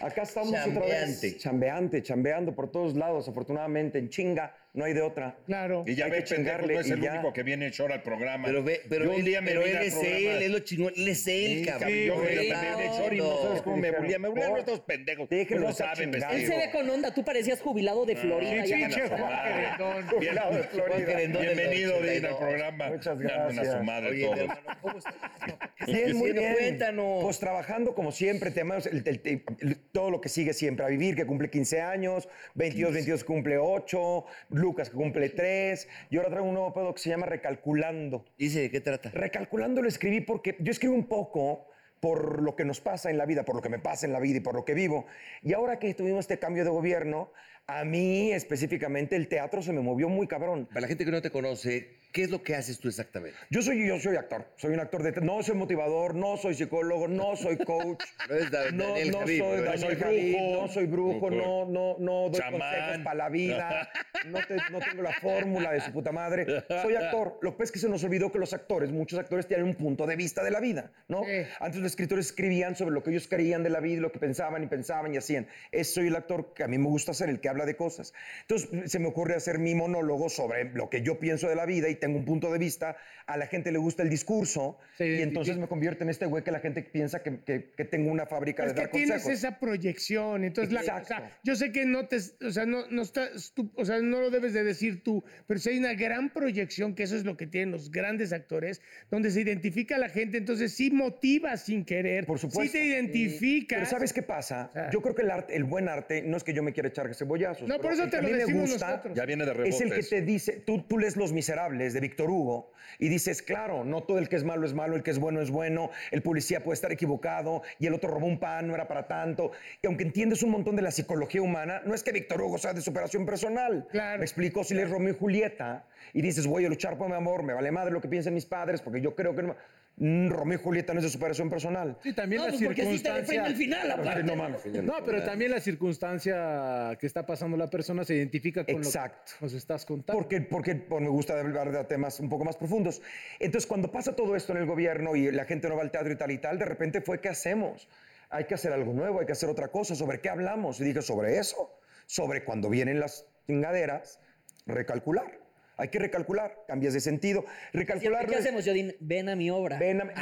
Speaker 14: Acá estamos otra
Speaker 1: Chambeante.
Speaker 14: vez. Chambeante, chambeando por todos lados. Afortunadamente, en chinga, no hay de otra.
Speaker 3: Claro.
Speaker 4: Y ya
Speaker 14: Hay
Speaker 4: ve,
Speaker 14: que
Speaker 4: pendejo,
Speaker 14: chingarle
Speaker 4: no es
Speaker 14: y
Speaker 4: el
Speaker 14: ya.
Speaker 4: único que viene hecho ahora al programa.
Speaker 1: Pero ve, pero
Speaker 4: Yo un
Speaker 1: él,
Speaker 4: día me
Speaker 1: pero
Speaker 4: vine
Speaker 1: él
Speaker 4: al
Speaker 1: es
Speaker 4: programa.
Speaker 1: él, es lo chingón, él es él,
Speaker 4: Sí,
Speaker 1: cabrón.
Speaker 4: yo me
Speaker 1: Él
Speaker 4: la
Speaker 1: es
Speaker 4: peleé de
Speaker 1: él,
Speaker 4: Chori, no
Speaker 1: no.
Speaker 4: sabes cómo me
Speaker 1: Dijeron,
Speaker 4: bulía. Me bulían
Speaker 1: por-
Speaker 4: estos pendejos.
Speaker 1: Déjenlo
Speaker 4: No
Speaker 1: estar
Speaker 4: saben
Speaker 1: chingando.
Speaker 6: Él se
Speaker 4: vestir.
Speaker 6: ve con onda. Tú parecías jubilado
Speaker 14: Ah.
Speaker 4: Ah.
Speaker 6: de Florida. ya.
Speaker 4: Bien-
Speaker 1: Juan Querendón del
Speaker 4: Bienvenido,
Speaker 1: 82.
Speaker 4: Odín, al programa.
Speaker 14: Muchas
Speaker 4: Llamen a su
Speaker 14: gracias.
Speaker 4: madre
Speaker 1: Oye, mi
Speaker 4: todos.
Speaker 1: hermano, ¿cómo estás?
Speaker 14: Bien, muy bien.
Speaker 1: Cuéntanos.
Speaker 14: Pues trabajando como siempre, te amamos el- el- el- todo lo que sigue siempre. A vivir, que cumple 15 años, 22, 22 cumple 8, Lucas que cumple 3. Y ahora traigo un nuevo pedo que se llama Recalculando.
Speaker 1: Dice, ¿de qué trata?
Speaker 14: Recalculando lo escribí porque yo escribo un poco por lo que nos pasa en la vida, por lo que me pasa en la vida y por lo que vivo. Y ahora que tuvimos este cambio de gobierno, a mí específicamente el teatro se me movió muy cabrón.
Speaker 1: Para la gente que no te conoce, ¿qué es lo que haces tú exactamente?
Speaker 14: Yo soy, yo soy actor, soy un actor de... te- No soy motivador, no soy psicólogo, no soy coach.
Speaker 1: No es Da-
Speaker 14: No,
Speaker 1: Daniel
Speaker 14: no
Speaker 1: Javid,
Speaker 14: soy
Speaker 1: ¿verdad?
Speaker 14: Daniel
Speaker 1: No soy
Speaker 14: Javid,
Speaker 1: brujo.
Speaker 14: no soy brujo,
Speaker 1: Brujo.
Speaker 14: no, no, no doy
Speaker 1: Chamán.
Speaker 14: consejos para la vida, no, te- no tengo la fórmula de su puta madre. Soy actor. Lo que pasa es que se nos olvidó que los actores, muchos actores tienen un punto de vista de la vida, ¿no? Antes los escritores escribían sobre lo que ellos creían de la vida, y lo que pensaban y pensaban y hacían. Es, soy el actor que a mí me gusta ser, el que habla de cosas. Entonces se me ocurre hacer mi monólogo sobre lo que yo pienso de la vida y tengo un punto de vista. A la gente le gusta el discurso y entonces me convierte en este güey que la gente piensa que, que- que tengo una fábrica
Speaker 3: Es
Speaker 14: de
Speaker 3: que
Speaker 14: dar
Speaker 3: tienes
Speaker 14: consejos.
Speaker 3: esa proyección, entonces la, o
Speaker 14: Exacto.
Speaker 3: sea, yo sé que no te, o sea, no, no estás tú- o sea, no lo debes de decir tú, pero si hay una gran proyección, que eso es lo que tienen los grandes actores, donde se identifica a la gente, entonces sí motiva sin querer, Por sí
Speaker 14: supuesto.
Speaker 3: te identifica.
Speaker 14: Pero ¿sabes qué pasa? Yo creo que el arte, el buen arte, no es que yo me quiera echar cebollazo, payasos.
Speaker 3: No,
Speaker 14: pero
Speaker 3: por eso
Speaker 14: el
Speaker 3: te
Speaker 14: que
Speaker 3: lo
Speaker 14: a mí me
Speaker 3: decimos
Speaker 14: gusta
Speaker 3: nosotros.
Speaker 4: Ya viene de
Speaker 14: Es el
Speaker 4: rebote
Speaker 14: que
Speaker 4: eso.
Speaker 14: te dice, tú, tú lees Los Miserables de Víctor Hugo y dices, claro, no todo el que es malo es malo, el que es bueno es bueno, el policía puede estar equivocado y el otro robó un pan, no era para tanto. Y aunque entiendes un montón de la psicología humana, no es que Víctor Hugo sea de superación personal. Me explicó si lees Romeo y Julieta y dices, voy a luchar por mi amor, me vale madre lo que piensen mis padres porque yo creo que no. Mm, Romeo y Julieta no es de superación personal.
Speaker 7: Sí, también la circunstancia.
Speaker 14: Claro, sí, no mames.
Speaker 7: No, pero también la circunstancia que está pasando la persona se identifica con
Speaker 14: Exacto.
Speaker 7: lo que nos estás contando.
Speaker 14: Porque, porque pues, me gusta hablar de temas un poco más profundos. Entonces, cuando pasa todo esto en el gobierno y la gente no va al teatro y tal y tal, de repente fue, ¿qué hacemos? Hay que hacer algo nuevo, hay que hacer otra cosa. ¿Sobre qué hablamos? Y dije, sobre eso, sobre cuando vienen las chingaderas, recalcular. Hay que recalcular, cambias de sentido. Recalcular.
Speaker 6: ¿Qué hacemos, Jodín? Ven a mi obra. Ah,
Speaker 14: Ven a mi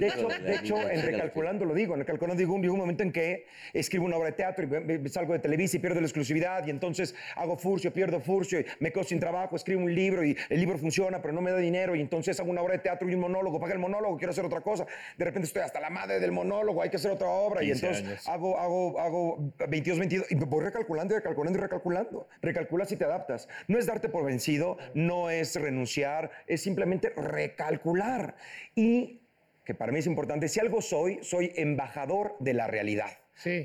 Speaker 14: De hecho, de hecho, de hecho, en Recalculando lo digo, en Recalculando digo, un- digo un momento en que escribo una obra de teatro y me- me salgo de Televisa y pierdo la exclusividad y entonces hago Furcio, pierdo Furcio y me quedo sin trabajo, escribo un libro y el libro funciona pero no me da dinero y entonces hago una obra de teatro y un monólogo, paga el monólogo, quiero hacer otra cosa, de repente estoy hasta la madre del monólogo, hay que hacer otra obra y
Speaker 4: 15
Speaker 14: entonces
Speaker 4: años.
Speaker 14: hago, hago, hago 22, 22 y me voy recalculando y recalculando y recalculando. Recalculas y te adaptas. No es darte por vencido, no es renunciar, es simplemente recalcular. Y que para mí es importante, si algo soy, soy embajador de la realidad.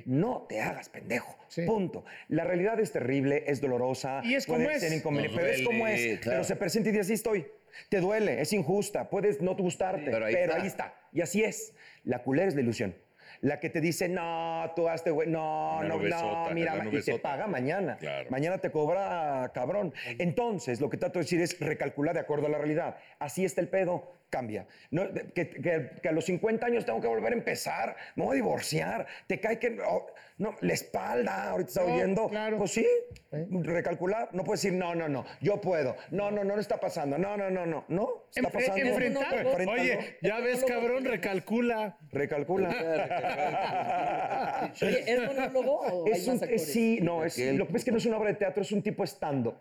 Speaker 14: No te hagas pendejo. Punto. La realidad es terrible, es dolorosa.
Speaker 3: Y es como
Speaker 14: puede
Speaker 3: es.
Speaker 14: ser inconveniente,
Speaker 3: Nos
Speaker 14: pero es como
Speaker 3: duele,
Speaker 14: es.
Speaker 3: claro.
Speaker 14: Pero se presenta y dice, así estoy. Te duele, es injusta, puedes no gustarte, pero, ahí, está. Y así es. La culera es la ilusión. La que te dice, no, tú hazte, güey, no,
Speaker 4: Una
Speaker 14: no,
Speaker 4: nubesota,
Speaker 14: no, mira,
Speaker 4: una
Speaker 14: y te
Speaker 4: nubesota.
Speaker 14: paga mañana. Mañana te cobra cabrón. Entonces, lo que trato de decir es recalcular de acuerdo a la realidad. Así está el pedo, cambia. No, de- que, que- que a los 50 años tengo que volver a empezar, me voy a divorciar, te cae que. oh, no, la espalda, ahorita está oyendo. Pues sí, recalcular. No puedes decir, no, no, no, yo puedo. No, no, no, no está pasando. No, no, no, no, no. Está
Speaker 7: Enfre-
Speaker 14: pasando.
Speaker 7: enfrentar.
Speaker 14: Enfréntalo.
Speaker 7: Oye, ya ves, cabrón, recalcula.
Speaker 14: Recalcula.
Speaker 6: Oye, ¿es monólogo o hay
Speaker 14: Es un-
Speaker 6: más actores?
Speaker 14: es- sí, no, es, lo que pasa es que no es una obra de teatro, es un tipo stand-up.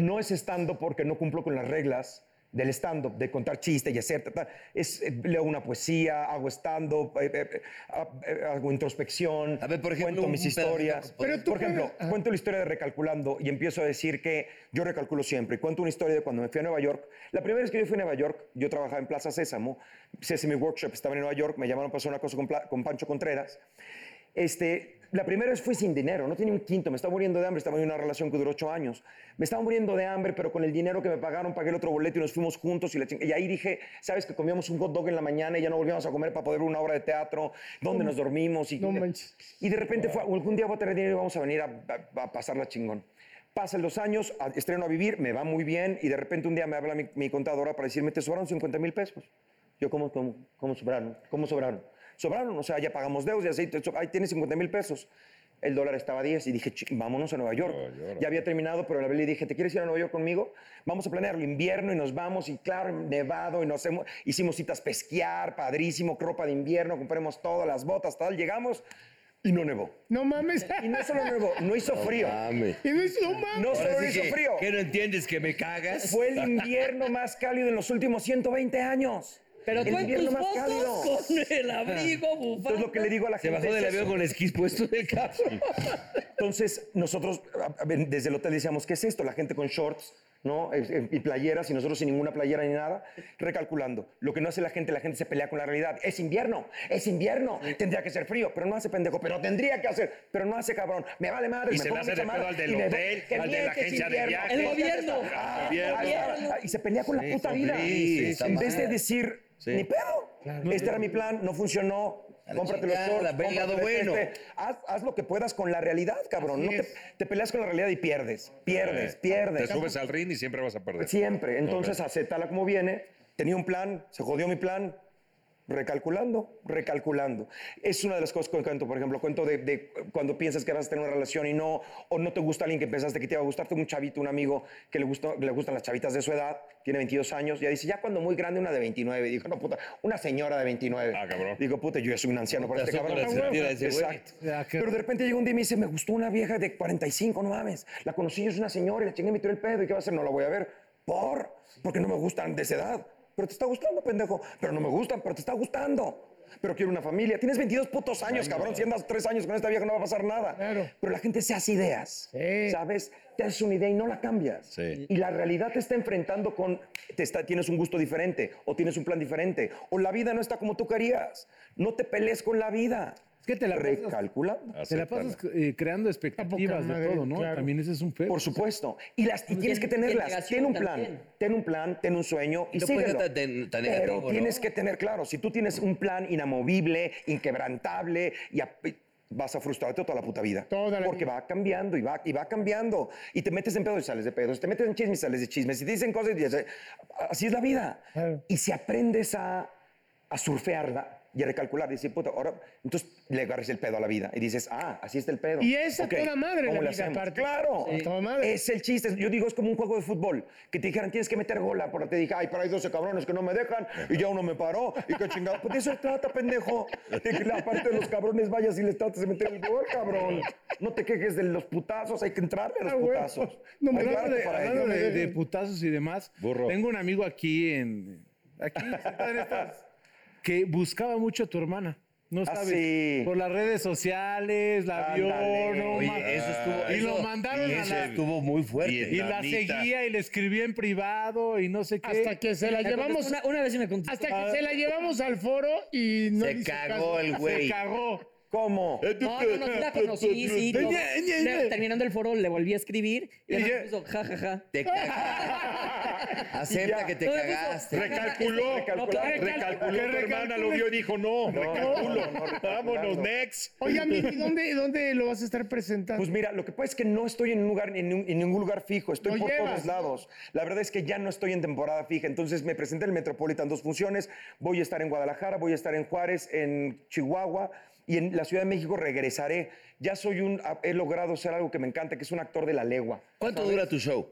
Speaker 14: No es stand-up porque no cumplo con las reglas del stand-up, de contar chistes y hacer... ta, ta. Es, eh, leo una poesía, hago stand-up, eh, eh, eh, ah, eh, hago introspección, cuento
Speaker 1: un
Speaker 14: mis
Speaker 1: pedacito,
Speaker 14: historias.
Speaker 1: por- Pero tú
Speaker 14: por ejemplo,
Speaker 1: puedes- ajá.
Speaker 14: cuento la historia de Recalculando y empiezo a decir que yo recalculo siempre. Y cuento una historia de cuando me fui a Nueva York. La primera vez que yo fui a Nueva York, yo trabajaba en Plaza Sésamo. Sesame Workshop estaba en Nueva York. Me llamaron para hacer una cosa con, Pla- con Pancho Contreras. Este, la primera vez fui sin dinero, no tenía un quinto, me estaba muriendo de hambre, estaba en una relación que duró ocho años. Me estaba muriendo de hambre, pero con el dinero que me pagaron pagué el otro boleto y nos fuimos juntos. Y, la ching- y ahí dije, ¿sabes que comíamos un hot dog en la mañana y ya no volvíamos a comer para poder ver una obra de teatro? ¿Dónde nos dormimos? Y, y de repente fue, algún día voy a tener dinero y vamos a venir a, a- a pasarla chingón. Pasan los años, a- estreno a vivir, me va muy bien y de repente un día me habla mi, mi contadora para decirme, te sobraron 50 mil pesos. Yo, ¿cómo, cómo, cómo sobraron? ¿Cómo sobraron? Sobraron, o sea, ya pagamos deudas y así, te- ahí tienes 50 mil pesos. El dólar estaba a 10 y dije, "Chi- vámonos a Nueva York. Ya había terminado, pero la le dije, ¿te quieres ir a Nueva York conmigo? Vamos a planearlo, invierno y nos vamos. Y claro, nevado y nos hemos, hicimos citas para esquiar, padrísimo, ropa de invierno, compramos todas las botas, tal. Llegamos y no nevó.
Speaker 3: No mames.
Speaker 14: Y no solo nevó, no hizo frío.
Speaker 3: Y no hizo, no mames.
Speaker 14: No
Speaker 1: Ahora
Speaker 14: solo
Speaker 1: sí
Speaker 14: hizo
Speaker 1: que-
Speaker 14: frío.
Speaker 1: ¿Qué no entiendes? ¿Que me cagas?
Speaker 14: Fue el invierno más cálido en los últimos 120 años.
Speaker 6: Pero
Speaker 14: El
Speaker 6: tú en
Speaker 14: invierno
Speaker 6: tus
Speaker 14: más
Speaker 6: fotos con
Speaker 14: cálido.
Speaker 6: el abrigo, bufanda.
Speaker 14: Entonces lo que le digo a la
Speaker 1: Se
Speaker 14: gente
Speaker 1: bajó del
Speaker 14: es eso.
Speaker 1: avión con esquís puesto del caso.
Speaker 14: Entonces, nosotros a- a ver, desde el hotel decíamos, ¿qué es esto? La gente con shorts, ¿no? Eh, eh, Y playeras, y nosotros sin ninguna playera ni nada, recalculando. Lo que no hace la gente, la gente se pelea con la realidad. Es invierno, es invierno, tendría que ser frío, pero no hace pendejo, pero tendría que hacer, pero no hace cabrón. Me vale madre,
Speaker 4: Y
Speaker 14: me
Speaker 4: se le
Speaker 14: pongo
Speaker 4: hace
Speaker 14: esa
Speaker 4: de pedo
Speaker 14: madre
Speaker 4: al del
Speaker 14: y me-
Speaker 4: hotel,
Speaker 14: que
Speaker 4: al de la
Speaker 14: miente, es
Speaker 4: agencia de
Speaker 14: invierno,
Speaker 4: viajes. El
Speaker 14: ponte
Speaker 4: gobierno.
Speaker 14: esta-
Speaker 4: El gobierno.
Speaker 14: Ah, Y se pelea con
Speaker 4: Sí,
Speaker 14: la puta
Speaker 4: sí,
Speaker 14: vida.
Speaker 4: sí, está
Speaker 14: en vez
Speaker 4: mal.
Speaker 14: de decir,
Speaker 4: Sí.
Speaker 14: ni pedo.
Speaker 4: Claro.
Speaker 14: Este era mi plan, no funcionó. Cómprate los
Speaker 4: chingada,
Speaker 14: shorts,
Speaker 4: ve el lado
Speaker 14: cómprate
Speaker 4: bueno.
Speaker 14: este, haz, haz lo que puedas con la realidad, cabrón. No te, te peleas con la realidad y pierdes, pierdes,
Speaker 4: Eh,
Speaker 14: pierdes.
Speaker 4: Te subes al ring y siempre vas a perder.
Speaker 14: Siempre. Entonces,
Speaker 4: Ok.
Speaker 14: aceptala como viene. Tenía un plan, se jodió mi plan. Recalculando, recalculando. Es una de las cosas que cuento, por ejemplo, cuento de, de cuando piensas que vas a tener una relación y no, o no te gusta alguien que pensaste que te iba a gustar. Tengo un chavito, un amigo que le, gusta, le gustan las chavitas de su edad, tiene 22 años, ya dice, ya cuando muy grande, una de 29. Dijo, no, puta, una señora de 29. Ah, cabrón. Digo, puta, yo ya soy un anciano para
Speaker 1: Te
Speaker 14: este
Speaker 1: azota
Speaker 14: cabrón.
Speaker 1: la sentida de ese güey.
Speaker 14: Exacto. Pero de repente llega un día y me dice, me gustó una vieja de 45, no mames. La conocí, es una señora y la chingué me tiró el pedo. ¿Y qué va a hacer? No la voy a ver. ¿Por? Porque no me gustan de esa edad. Pero te está gustando, pendejo. Pero no me gustan, pero te está gustando. pero quiero una familia. Tienes 22 putos años,
Speaker 2: Ay,
Speaker 14: cabrón.
Speaker 2: no.
Speaker 14: Si andas tres años con esta vieja no va a pasar nada. Pero la gente se hace ideas, ¿sabes? Te haces una idea y no la cambias.
Speaker 4: Sí.
Speaker 14: Y la realidad te está enfrentando con, te está, tienes un gusto diferente, o tienes un plan diferente, o la vida no está como tú querías. No te pelees con la vida. Es que te la Recalcula.
Speaker 7: Te la pasas eh, creando expectativas de
Speaker 14: madre,
Speaker 7: todo, ¿no?
Speaker 14: claro.
Speaker 7: También ese es un pedo.
Speaker 14: Por supuesto. Y, las, y
Speaker 7: Pues
Speaker 14: tienes
Speaker 7: bien,
Speaker 14: que tenerlas.
Speaker 7: integración
Speaker 14: Ten un plan,
Speaker 7: también.
Speaker 14: ten un plan, ten un sueño y
Speaker 1: No puede
Speaker 14: síguelo.
Speaker 1: ser tan- tan negativo,
Speaker 14: Pero
Speaker 1: ¿no?
Speaker 14: tienes que tener claro, si tú tienes un plan inamovible, inquebrantable y a- y vas a frustrarte toda la puta vida. Porque va cambiando y va, y va cambiando. Y te metes en pedos y sales de pedos. Te metes en chismes y sales de chismes. Y te dicen cosas y dices, así es la vida. Y si aprendes a, a surfearla y a recalcular, y decir, puta, ahora, entonces le agarres el pedo a la vida y dices, ah, así está el pedo.
Speaker 3: Y es a
Speaker 14: Ok,
Speaker 3: toda madre
Speaker 14: ¿cómo
Speaker 3: la
Speaker 14: le
Speaker 3: vida,
Speaker 14: hacemos?
Speaker 3: aparte.
Speaker 14: Claro.
Speaker 3: Sí. A toda madre.
Speaker 14: Es el chiste. Yo digo, es como un juego de fútbol. Que te dijeran, tienes que meter gola. Pero te dije, ay, pero hay 12 cabrones que no me dejan. Y ya uno me paró. Y qué chingado. Pues de eso se trata, pendejo. De que la parte de los cabrones vayas y les trates de meter el gol, cabrón. No te quejes de los putazos. Hay que entrarle a
Speaker 3: Ah,
Speaker 14: los putazos.
Speaker 7: No,
Speaker 14: Hay
Speaker 7: hablando
Speaker 14: arte
Speaker 7: de,
Speaker 14: para
Speaker 7: hablando
Speaker 14: ello.
Speaker 7: de- de putazos y demás, tengo un amigo aquí en. Aquí, sentado en estas, que buscaba mucho a tu hermana. No
Speaker 14: Ah,
Speaker 7: sabes.
Speaker 14: sí.
Speaker 7: Por las redes sociales, la vio,
Speaker 14: Ándale.
Speaker 7: no
Speaker 14: Oye,
Speaker 7: ma-
Speaker 14: eso estuvo-
Speaker 7: Y
Speaker 14: eso-
Speaker 7: lo mandaron
Speaker 14: y
Speaker 7: a
Speaker 14: eso
Speaker 7: la.
Speaker 14: estuvo muy fuerte.
Speaker 7: Y la
Speaker 14: Vietnamita.
Speaker 7: seguía y le escribía en privado y no sé qué.
Speaker 3: Hasta que se la
Speaker 7: Me
Speaker 3: llevamos.
Speaker 7: contestó
Speaker 6: vez me contestó.
Speaker 3: Hasta que se la llevamos al foro y no. le hizo caso.
Speaker 6: Se
Speaker 7: Se cagó.
Speaker 14: ¿Cómo?
Speaker 6: No, no, no, sí la conocí, sí. todo. Le- Terminando el foro, le volví a escribir y
Speaker 1: Y
Speaker 6: además
Speaker 1: ya-
Speaker 6: me puso, ja, ja, ja.
Speaker 1: Te Acepta que te
Speaker 6: No, me puso- este,
Speaker 1: cagaste.
Speaker 4: Recalculó, pues,
Speaker 6: No, claro,
Speaker 4: recalculó,
Speaker 6: que
Speaker 4: tu hermana
Speaker 6: recalcule.
Speaker 4: lo vio y dijo, no, recalculo, vámonos, next.
Speaker 3: Oye, amigo, ¿y dónde, dónde lo vas a estar presentando?
Speaker 14: Pues mira, lo que pasa es que no estoy en, un lugar, en, un- en ningún lugar fijo, estoy
Speaker 3: Lo
Speaker 14: por
Speaker 3: llevas,
Speaker 14: todos
Speaker 3: ¿no?
Speaker 14: lados. La verdad es que ya no estoy en temporada fija, entonces me presenté en el Metropolitan dos funciones, voy a estar en Guadalajara, voy a estar en Juárez, en Chihuahua y en la Ciudad de México regresaré. Ya soy un, he logrado ser algo que me encanta, que es un actor de la legua. Eh,
Speaker 1: ¿Cuánto dura tu show?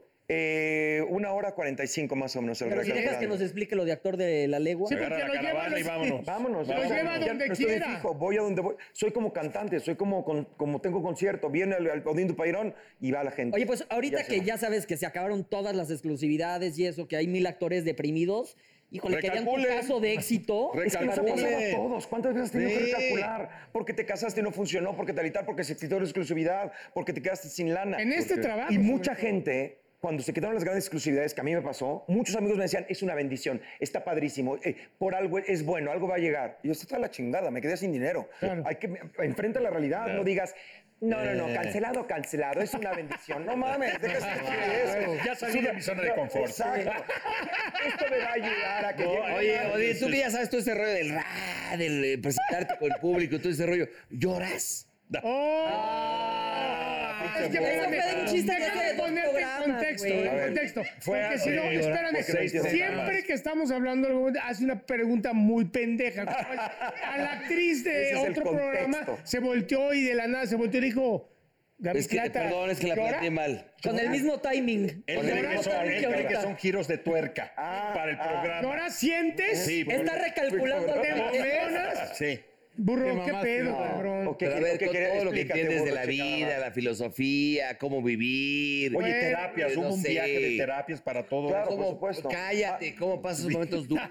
Speaker 14: una hora cuarenta y cinco más o menos. el
Speaker 6: Pero si
Speaker 14: recalculado.
Speaker 6: dejas que nos explique lo de actor de la legua.
Speaker 14: Sí,
Speaker 6: pues,
Speaker 14: porque Agarra la lo lleva caravana a los- y vámonos. Vámonos,
Speaker 6: Lo
Speaker 14: vámonos.
Speaker 6: lleva
Speaker 14: Ya
Speaker 6: donde
Speaker 14: no estoy de
Speaker 6: quiera.
Speaker 14: fijo, voy a donde voy. Soy como cantante, soy como, con- como tengo concierto. Viene al, al Odín Dupairón y va la gente.
Speaker 6: Oye, pues ahorita
Speaker 14: se
Speaker 6: que
Speaker 14: va.
Speaker 6: ya sabes que se acabaron todas las exclusividades y eso, que hay mil actores deprimidos, híjole, querían un
Speaker 14: Recalculen.
Speaker 6: caso de éxito.
Speaker 14: Es que nos ha pasado a todos. ¿Cuántas veces has tenido que
Speaker 6: Sí.
Speaker 14: recalcular? Porque te casaste y no funcionó, porque tal y tal, porque se excitó la exclusividad, porque te quedaste sin lana.
Speaker 3: En este
Speaker 14: Porque-
Speaker 3: trabajo,
Speaker 14: Y
Speaker 3: sobre
Speaker 14: mucha gente. Cuando se quedaron las grandes exclusividades que a mí me pasó, muchos amigos me decían, es una bendición, está padrísimo, eh, por algo es bueno, algo va a llegar. Y yo, está la chingada, me quedé sin dinero. Hay que enfrenta la realidad, no digas, no, no, no,
Speaker 2: Eh.
Speaker 14: cancelado, cancelado, es una bendición. No mames, déjase de eso.
Speaker 4: Ya salí de mi zona de confort.
Speaker 14: Exacto. Esto me va a ayudar a que
Speaker 1: No,
Speaker 14: llegue-
Speaker 1: oye,
Speaker 14: no mames.
Speaker 1: oye, tú que ya sabes todo ese rollo del ra, del eh, presentarte con el público, todo ese rollo, ¿lloras? Ah,
Speaker 3: Es que
Speaker 1: Eso
Speaker 3: espérame,
Speaker 1: fue de un chiste
Speaker 3: déjame
Speaker 1: que hace dos
Speaker 3: ponerte en
Speaker 1: programas,
Speaker 3: contexto,
Speaker 1: güey.
Speaker 3: en
Speaker 1: A ver,
Speaker 3: contexto.
Speaker 1: fue
Speaker 3: porque
Speaker 1: a-
Speaker 3: si no,
Speaker 1: oye, llorar
Speaker 3: espérame,
Speaker 1: porque seis
Speaker 3: siempre
Speaker 1: programas.
Speaker 3: que estamos hablando, algo, hace una pregunta muy pendeja. A la actriz
Speaker 1: Ese
Speaker 3: de
Speaker 1: es el
Speaker 3: otro
Speaker 1: contexto.
Speaker 3: programa se volteó y de la nada se volteó y dijo, Gaby
Speaker 1: Es que,
Speaker 3: Plata,
Speaker 1: perdón, es que la
Speaker 3: ¿llora?
Speaker 1: planteé mal.
Speaker 6: Con el mismo timing.
Speaker 4: Él
Speaker 1: Con el
Speaker 4: cree que
Speaker 1: mismo
Speaker 4: son,
Speaker 1: timing
Speaker 4: él
Speaker 1: que
Speaker 4: cree
Speaker 1: ahorita. Ah,
Speaker 4: que son giros de tuerca para el programa.
Speaker 3: Ah, ¿Llora? ¿Sientes?
Speaker 4: Sí,
Speaker 3: Está
Speaker 4: porque-
Speaker 3: recalculando
Speaker 4: porque-
Speaker 3: temas.
Speaker 4: ¿Hormonas? Sí.
Speaker 3: Burro,
Speaker 1: Te
Speaker 3: qué
Speaker 1: mamaste,
Speaker 3: pedo,
Speaker 1: no.
Speaker 3: cabrón.
Speaker 1: Pero a ver, con todo lo que entiendes de la vida, la filosofía, cómo vivir.
Speaker 4: Oye, terapias,
Speaker 1: eh,
Speaker 4: hubo
Speaker 1: no
Speaker 4: un
Speaker 1: sé.
Speaker 4: viaje de terapias para todo
Speaker 1: Claro,
Speaker 4: eso.
Speaker 1: por supuesto. Ah. Cállate, cómo pasas los momentos duros.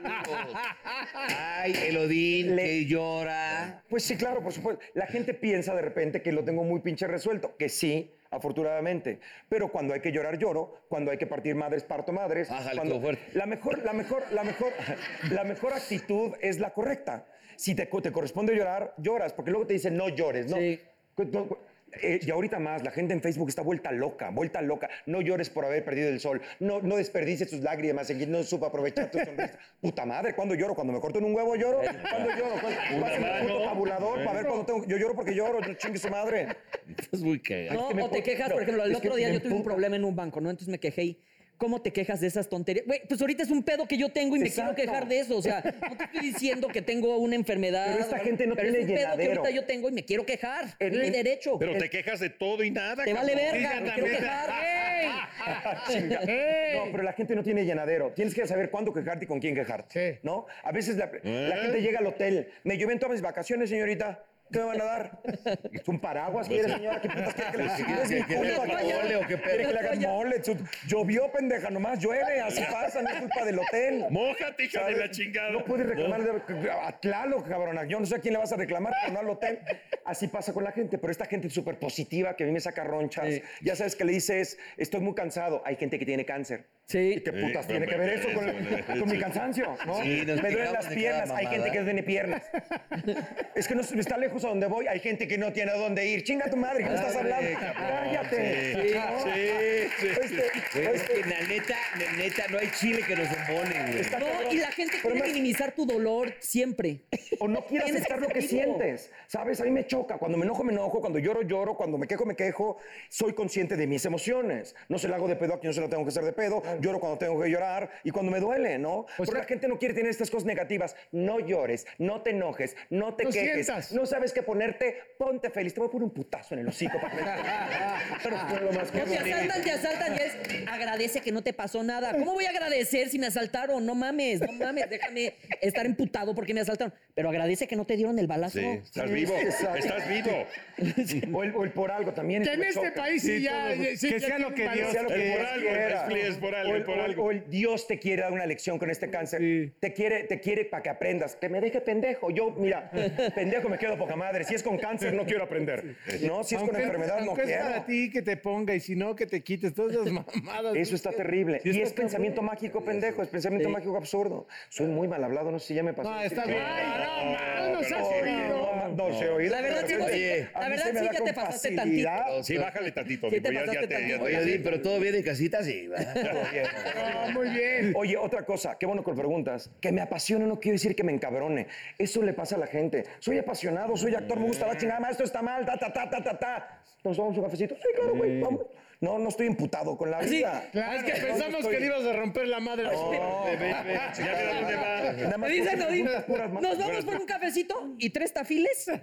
Speaker 1: Ay, Elodín, que llora.
Speaker 14: Pues sí, claro, por supuesto. La gente piensa de repente que lo tengo muy pinche resuelto, que sí, afortunadamente. Pero cuando hay que llorar, lloro. Cuando hay que partir madres, parto madres.
Speaker 1: Ájale,
Speaker 14: Cuando-
Speaker 1: estuvo fuerte.
Speaker 14: La mejor, la mejor, la mejor, la mejor actitud es la correcta. Si te, co- te corresponde llorar, lloras, porque luego te dicen no llores, no. Cu- no, cu- eh, y ahorita más, la gente en Facebook está vuelta loca, vuelta loca. No llores por haber perdido el sol. No, no desperdicies tus lágrimas. en quien No supo aprovechar tu sonrisa. Puta madre, ¿cuándo lloro? ¿Cuando me corto en un huevo lloro? ¿Cuándo lloro? ¿Cuándo,
Speaker 4: Una
Speaker 14: pásame el
Speaker 4: mano.
Speaker 14: puto tabulador para ver cuándo tengo- Yo lloro porque lloro, chingue su madre.
Speaker 1: Estás muy cagado.
Speaker 14: Es
Speaker 6: No,
Speaker 14: que me
Speaker 6: o te
Speaker 14: pon-
Speaker 6: quejas,
Speaker 14: no,
Speaker 6: por ejemplo, el
Speaker 14: es que
Speaker 6: otro día
Speaker 14: me
Speaker 6: yo tuve un
Speaker 14: emputa.
Speaker 6: problema en un banco, ¿no? Entonces me quejé y, ¿cómo te quejas de esas tonterías? Güey, pues ahorita es un pedo que yo tengo y me
Speaker 14: Exacto.
Speaker 6: quiero quejar de eso. O sea, no te estoy diciendo que tengo una enfermedad.
Speaker 14: Pero esta
Speaker 6: o algo,
Speaker 14: gente no
Speaker 6: pero
Speaker 14: tiene
Speaker 6: es un pedo que
Speaker 14: llenadero.
Speaker 6: ahorita yo tengo y me quiero quejar. Es
Speaker 14: El-
Speaker 6: mi derecho.
Speaker 4: Pero te quejas de todo y nada.
Speaker 6: Te vale
Speaker 4: cabrón.
Speaker 6: verga, me quiero quejar.
Speaker 14: Chinga. No, pero la gente no tiene llenadero. Tienes que saber cuándo quejarte y
Speaker 1: ¿Eh?
Speaker 14: con quién quejarte. ¿No? A veces la, la gente llega al hotel. Me yo en todas mis vacaciones, señorita. ¿Qué me van a dar? ¿Es un paraguas, quiere, señora? ¿Qué putas quiere que le
Speaker 1: Pues Sí,
Speaker 14: ¿Quieres
Speaker 1: que-
Speaker 14: mi
Speaker 1: que le
Speaker 14: culpa,
Speaker 1: haga
Speaker 14: coño?
Speaker 1: mole o qué pedo?
Speaker 14: ¿Quiere que le hagan mole? Chup- Llovió, pendeja, nomás llueve, así pasa, no es culpa del hotel.
Speaker 4: Mójate, hija de
Speaker 14: ¿Sabes?
Speaker 4: la chingada.
Speaker 14: No puedes reclamarle a Tlaloc, cabrona. Yo no sé a quién le vas a reclamar, pero no al hotel. Así pasa con la gente, pero esta gente es súper positiva que a mí me saca ronchas. Ya sabes que le dices, estoy muy cansado. Hay gente que tiene cáncer. Sí. ¿Y qué putas
Speaker 1: Sí,
Speaker 14: tiene que ver
Speaker 1: hombre,
Speaker 14: eso con,
Speaker 1: eso,
Speaker 14: con mi
Speaker 1: sí.
Speaker 14: cansancio? ¿no?
Speaker 1: Sí, nos
Speaker 14: me duelen
Speaker 1: quejamos
Speaker 14: las
Speaker 1: de cada
Speaker 14: piernas. Hay gente
Speaker 1: mamada.
Speaker 14: que no tiene piernas. Es que no está lejos a donde voy, hay gente que no tiene a dónde ir. Chinga tu madre, ¿qué me estás hablando? Cállate. ¿no? Este,
Speaker 15: Güey, es
Speaker 14: este,
Speaker 15: que la neta, la neta, no hay chile que nos embone, güey.
Speaker 6: No, y la gente quiere minimizar tu dolor siempre.
Speaker 14: O no quiere
Speaker 6: Tienes
Speaker 14: aceptar
Speaker 6: que
Speaker 14: lo que
Speaker 6: ser vivo.
Speaker 14: sientes. ¿Sabes? A mí me choca. Cuando me enojo, me enojo. Cuando me quejo, me quejo. Cuando me quejo, me quejo. Soy consciente de mis emociones. No se la hago de pedo a quien no se la tengo que hacer de pedo. Lloro cuando tengo que llorar y cuando me duele, ¿no? Pero la gente no quiere tener estas cosas negativas. No llores, no te enojes, no te
Speaker 3: No
Speaker 14: quejes.
Speaker 3: sientas.
Speaker 14: No sabes qué ponerte. Ponte feliz. Te voy a poner un putazo en el hocico para que me- Pero fue lo más que
Speaker 6: Ah. No, te
Speaker 14: bonito.
Speaker 6: asaltan, te asaltan y es agradece que no te pasó nada. ¿Cómo voy a agradecer si me asaltaron? No mames, no mames, déjame estar emputado porque me asaltaron. Pero agradece que no te dieron el balazo.
Speaker 4: Sí, estás vivo,
Speaker 14: exacto.
Speaker 4: estás vivo.
Speaker 14: O el, o el por algo también.
Speaker 4: Que
Speaker 14: eso
Speaker 4: en
Speaker 14: me
Speaker 4: este
Speaker 14: choca.
Speaker 4: país sí Sí, ya- todos- sí, que ya sea lo tienen que valor. Dios
Speaker 14: Sea lo que
Speaker 4: quiera. Es
Speaker 14: Dios
Speaker 4: por algo,
Speaker 14: quiera.
Speaker 4: es- es por algo,
Speaker 14: O el-
Speaker 4: es por
Speaker 14: o el-
Speaker 4: algo.
Speaker 14: o el Dios te quiere dar una lección con este cáncer. Te quiere, te quiere para que aprendas. Que me deje pendejo. Yo, mira, pendejo me quedo poca madre. Si es con cáncer, no quiero aprender. No, si es con
Speaker 7: Aunque-
Speaker 14: enfermedad, no
Speaker 7: aunque es
Speaker 14: quiero.
Speaker 7: para ti que te ponga y si no, que te quites todas esas mamadas.
Speaker 14: Eso está terrible.
Speaker 7: Sí,
Speaker 14: y
Speaker 7: está
Speaker 14: es pensamiento
Speaker 7: cabrón.
Speaker 14: mágico, pendejo. Es pensamiento
Speaker 7: Sí.
Speaker 14: mágico absurdo. Soy muy mal hablado, no sé si ya me pasó.
Speaker 7: No, está bien. no, no,
Speaker 14: No,
Speaker 7: no, seas
Speaker 14: no, no, no, se oído.
Speaker 6: La verdad sí,
Speaker 14: Oye,
Speaker 6: la
Speaker 14: a mí
Speaker 6: verdad
Speaker 14: se me
Speaker 6: sí
Speaker 14: da
Speaker 6: ya
Speaker 14: con
Speaker 6: te pasaste
Speaker 14: facilidad.
Speaker 6: tantito.
Speaker 4: Sí, bájale tantito,
Speaker 14: Sí,
Speaker 4: mijo,
Speaker 14: te
Speaker 4: ya- ya
Speaker 14: pasaste
Speaker 4: te- ya te-
Speaker 14: tantito.
Speaker 1: Oye, Di, pero todo bien en casita, sí. ¿verdad?
Speaker 14: muy bien. Oye, otra cosa, qué bueno que lo preguntas. Que me apasione no quiere decir que me encabrone. Eso le pasa a la gente. Soy apasionado, soy actor, me gusta la chingada, maestro, está mal, ta, ta, ta, ta, ta, ta. Nos vamos a un cafecito. Sí, claro, güey, vamos. No, no estoy imputado con la vida.
Speaker 7: Ah, es que pensamos que le ibas a romper la madre.
Speaker 14: Nada
Speaker 6: Me
Speaker 14: más
Speaker 6: dice
Speaker 14: cosas
Speaker 6: Godín,
Speaker 14: puras, puras
Speaker 6: nos vamos
Speaker 14: malas".
Speaker 6: por un cafecito y tres tafiles.
Speaker 3: Oye,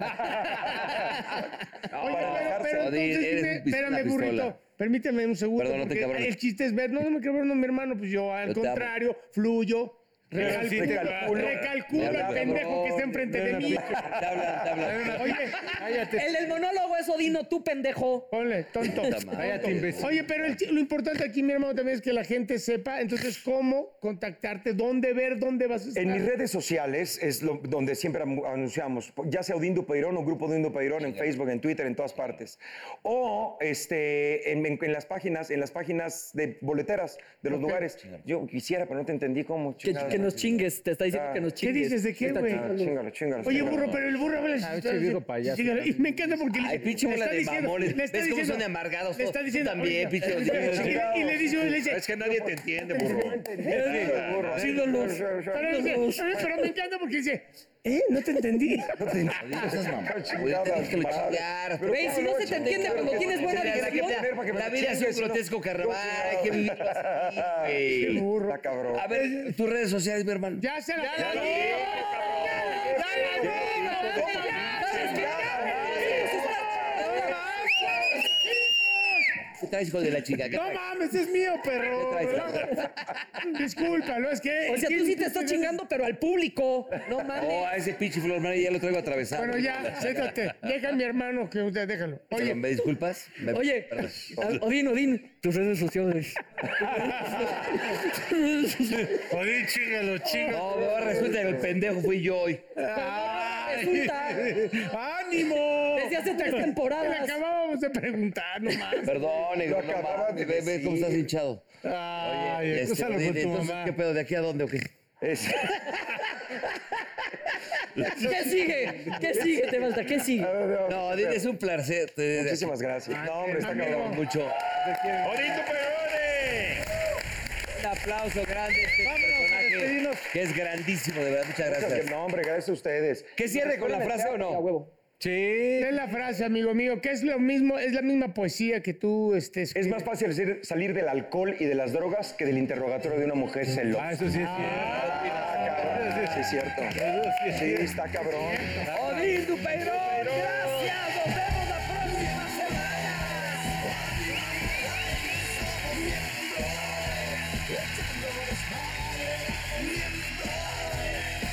Speaker 3: pero, pero
Speaker 1: Odín,
Speaker 3: entonces,
Speaker 1: eres
Speaker 3: dime,
Speaker 1: un pis-
Speaker 3: espérame,
Speaker 1: una pistola.
Speaker 3: burrito. Permíteme un segundo.
Speaker 1: Perdón, no te
Speaker 3: porque
Speaker 1: cabrones.
Speaker 3: El chiste es ver, no, no me cabrono, mi hermano, pues yo al
Speaker 1: Yo te amo.
Speaker 3: contrario, fluyo.
Speaker 1: Pero
Speaker 3: Recalculo,
Speaker 1: sí te calculo.
Speaker 3: recalculo
Speaker 1: Te habla,
Speaker 3: al pendejo
Speaker 1: cabrón.
Speaker 3: que está enfrente
Speaker 1: Te
Speaker 3: de
Speaker 1: habla,
Speaker 3: mí.
Speaker 1: te habla, te habla.
Speaker 3: Oye, cállate.
Speaker 6: El del monólogo es Odino, tú pendejo.
Speaker 3: Ponle, tonto.
Speaker 1: Puta madre.
Speaker 3: Tonto. Oye, pero el chi- lo importante aquí, mi hermano, también es que la gente sepa, entonces, cómo contactarte, dónde ver, dónde vas a estar.
Speaker 14: En mis redes sociales es lo- donde siempre amu- anunciamos, ya sea Odindo Peirón o Grupo Odindo Peirón en Facebook, en Twitter, en todas partes. O este, en, en- en las páginas, en las páginas de boleteras de los lugares. Yo quisiera, pero no te entendí cómo.
Speaker 6: Que, que nos chingues, te está diciendo
Speaker 14: Ah.
Speaker 6: que nos
Speaker 14: ¿Qué
Speaker 6: chingues.
Speaker 14: dices de qué,
Speaker 6: Está
Speaker 14: güey?
Speaker 6: chingando.
Speaker 14: Ah, Chingalo, chingalo,
Speaker 3: Oye,
Speaker 14: chingalo.
Speaker 3: burro, pero el burro habla
Speaker 14: Ah,
Speaker 1: este
Speaker 14: ese viejo payaso.
Speaker 3: Chíngalo, y me encanta porque le
Speaker 14: Ay,
Speaker 3: le
Speaker 14: pinche bola
Speaker 3: está
Speaker 14: de
Speaker 3: diciendo-
Speaker 14: mamones.
Speaker 3: le está
Speaker 14: ¿Ves cómo
Speaker 3: diciendo-
Speaker 14: son de amargados?
Speaker 3: Le está
Speaker 14: Tú
Speaker 3: diciendo
Speaker 14: también,
Speaker 3: oiga,
Speaker 14: pinche-
Speaker 3: oiga,
Speaker 14: chingado.
Speaker 3: Y y le dice, le dice,
Speaker 4: Es que nadie te entiende, burro.
Speaker 3: Pero, pero, pero, pero me encanta porque dice, ¿eh? No te entendí.
Speaker 6: Güey, si no se te entiende cuando tienes buena
Speaker 1: dirección, la vida es un grotesco carnaval, hay que vivirlo así, güey.
Speaker 14: Qué burro. Está cabrón.
Speaker 1: A ver, tus redes sociales, mi hermano.
Speaker 3: Ya se la
Speaker 1: Ya la ¿Qué traes, hijo de la chica?
Speaker 3: No mames, es mío, perro. Discúlpalo, es que.
Speaker 6: O sea, tú sí te estás chingando, pero al público. No
Speaker 1: Oh,
Speaker 6: mames.
Speaker 1: a ese pinche Flor María ya lo traigo atravesado.
Speaker 3: Bueno, ya, siéntate. Deja a mi hermano que usted, déjalo.
Speaker 1: Oye, ¿me disculpas? Me-
Speaker 6: Oye,
Speaker 1: perdón.
Speaker 6: Odín, Odín, tus redes sociales.
Speaker 7: Odín, chingalo,
Speaker 1: No, ahora resulta que el pendejo fui yo hoy.
Speaker 6: Resulta.
Speaker 3: ¡Ánimo!
Speaker 6: Desde hace tres
Speaker 3: Le
Speaker 6: temporadas.
Speaker 3: acabábamos de preguntar nomás.
Speaker 1: Perdón, negro, no
Speaker 3: acababa
Speaker 1: mames, ve, ve cómo estás hinchado.
Speaker 3: Ay,
Speaker 1: Oye, este,
Speaker 3: úsalo
Speaker 1: oye,
Speaker 3: con tu
Speaker 1: entonces,
Speaker 3: mamá.
Speaker 1: ¿qué pedo? ¿De aquí a dónde o qué?
Speaker 6: ¿Qué sigue? ¿Qué sigue, Tebalta? ¿Qué sigue?
Speaker 1: No, Odín, es un placer.
Speaker 14: Muchísimas gracias. No, hombre, está
Speaker 1: Te amo
Speaker 14: cabrón.
Speaker 1: mucho.
Speaker 4: ¡Odito Peirone!
Speaker 1: Un aplauso grande a este personaje, que es grandísimo, de verdad. Muchas gracias.
Speaker 14: No, hombre, gracias a ustedes.
Speaker 1: ¿Que cierre con la frase o no?
Speaker 3: Sí. Es la frase, amigo mío, que es lo mismo, es la misma poesía que tú este,
Speaker 14: Es más fácil decir- salir del alcohol y de las drogas que del interrogatorio de una mujer celosa. Ah, eso sí es cierto.
Speaker 3: este-
Speaker 14: sí es cierto. Sí, está cabrón.
Speaker 6: Odín Dupeirón, gracias. Nos vemos la próxima semana.
Speaker 13: Miembro,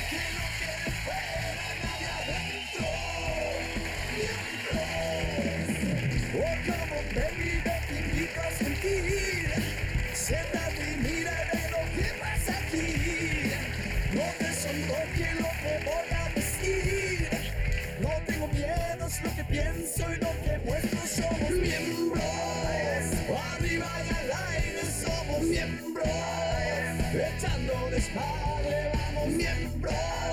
Speaker 13: que no quede fuera nadie adentro.
Speaker 5: Miembro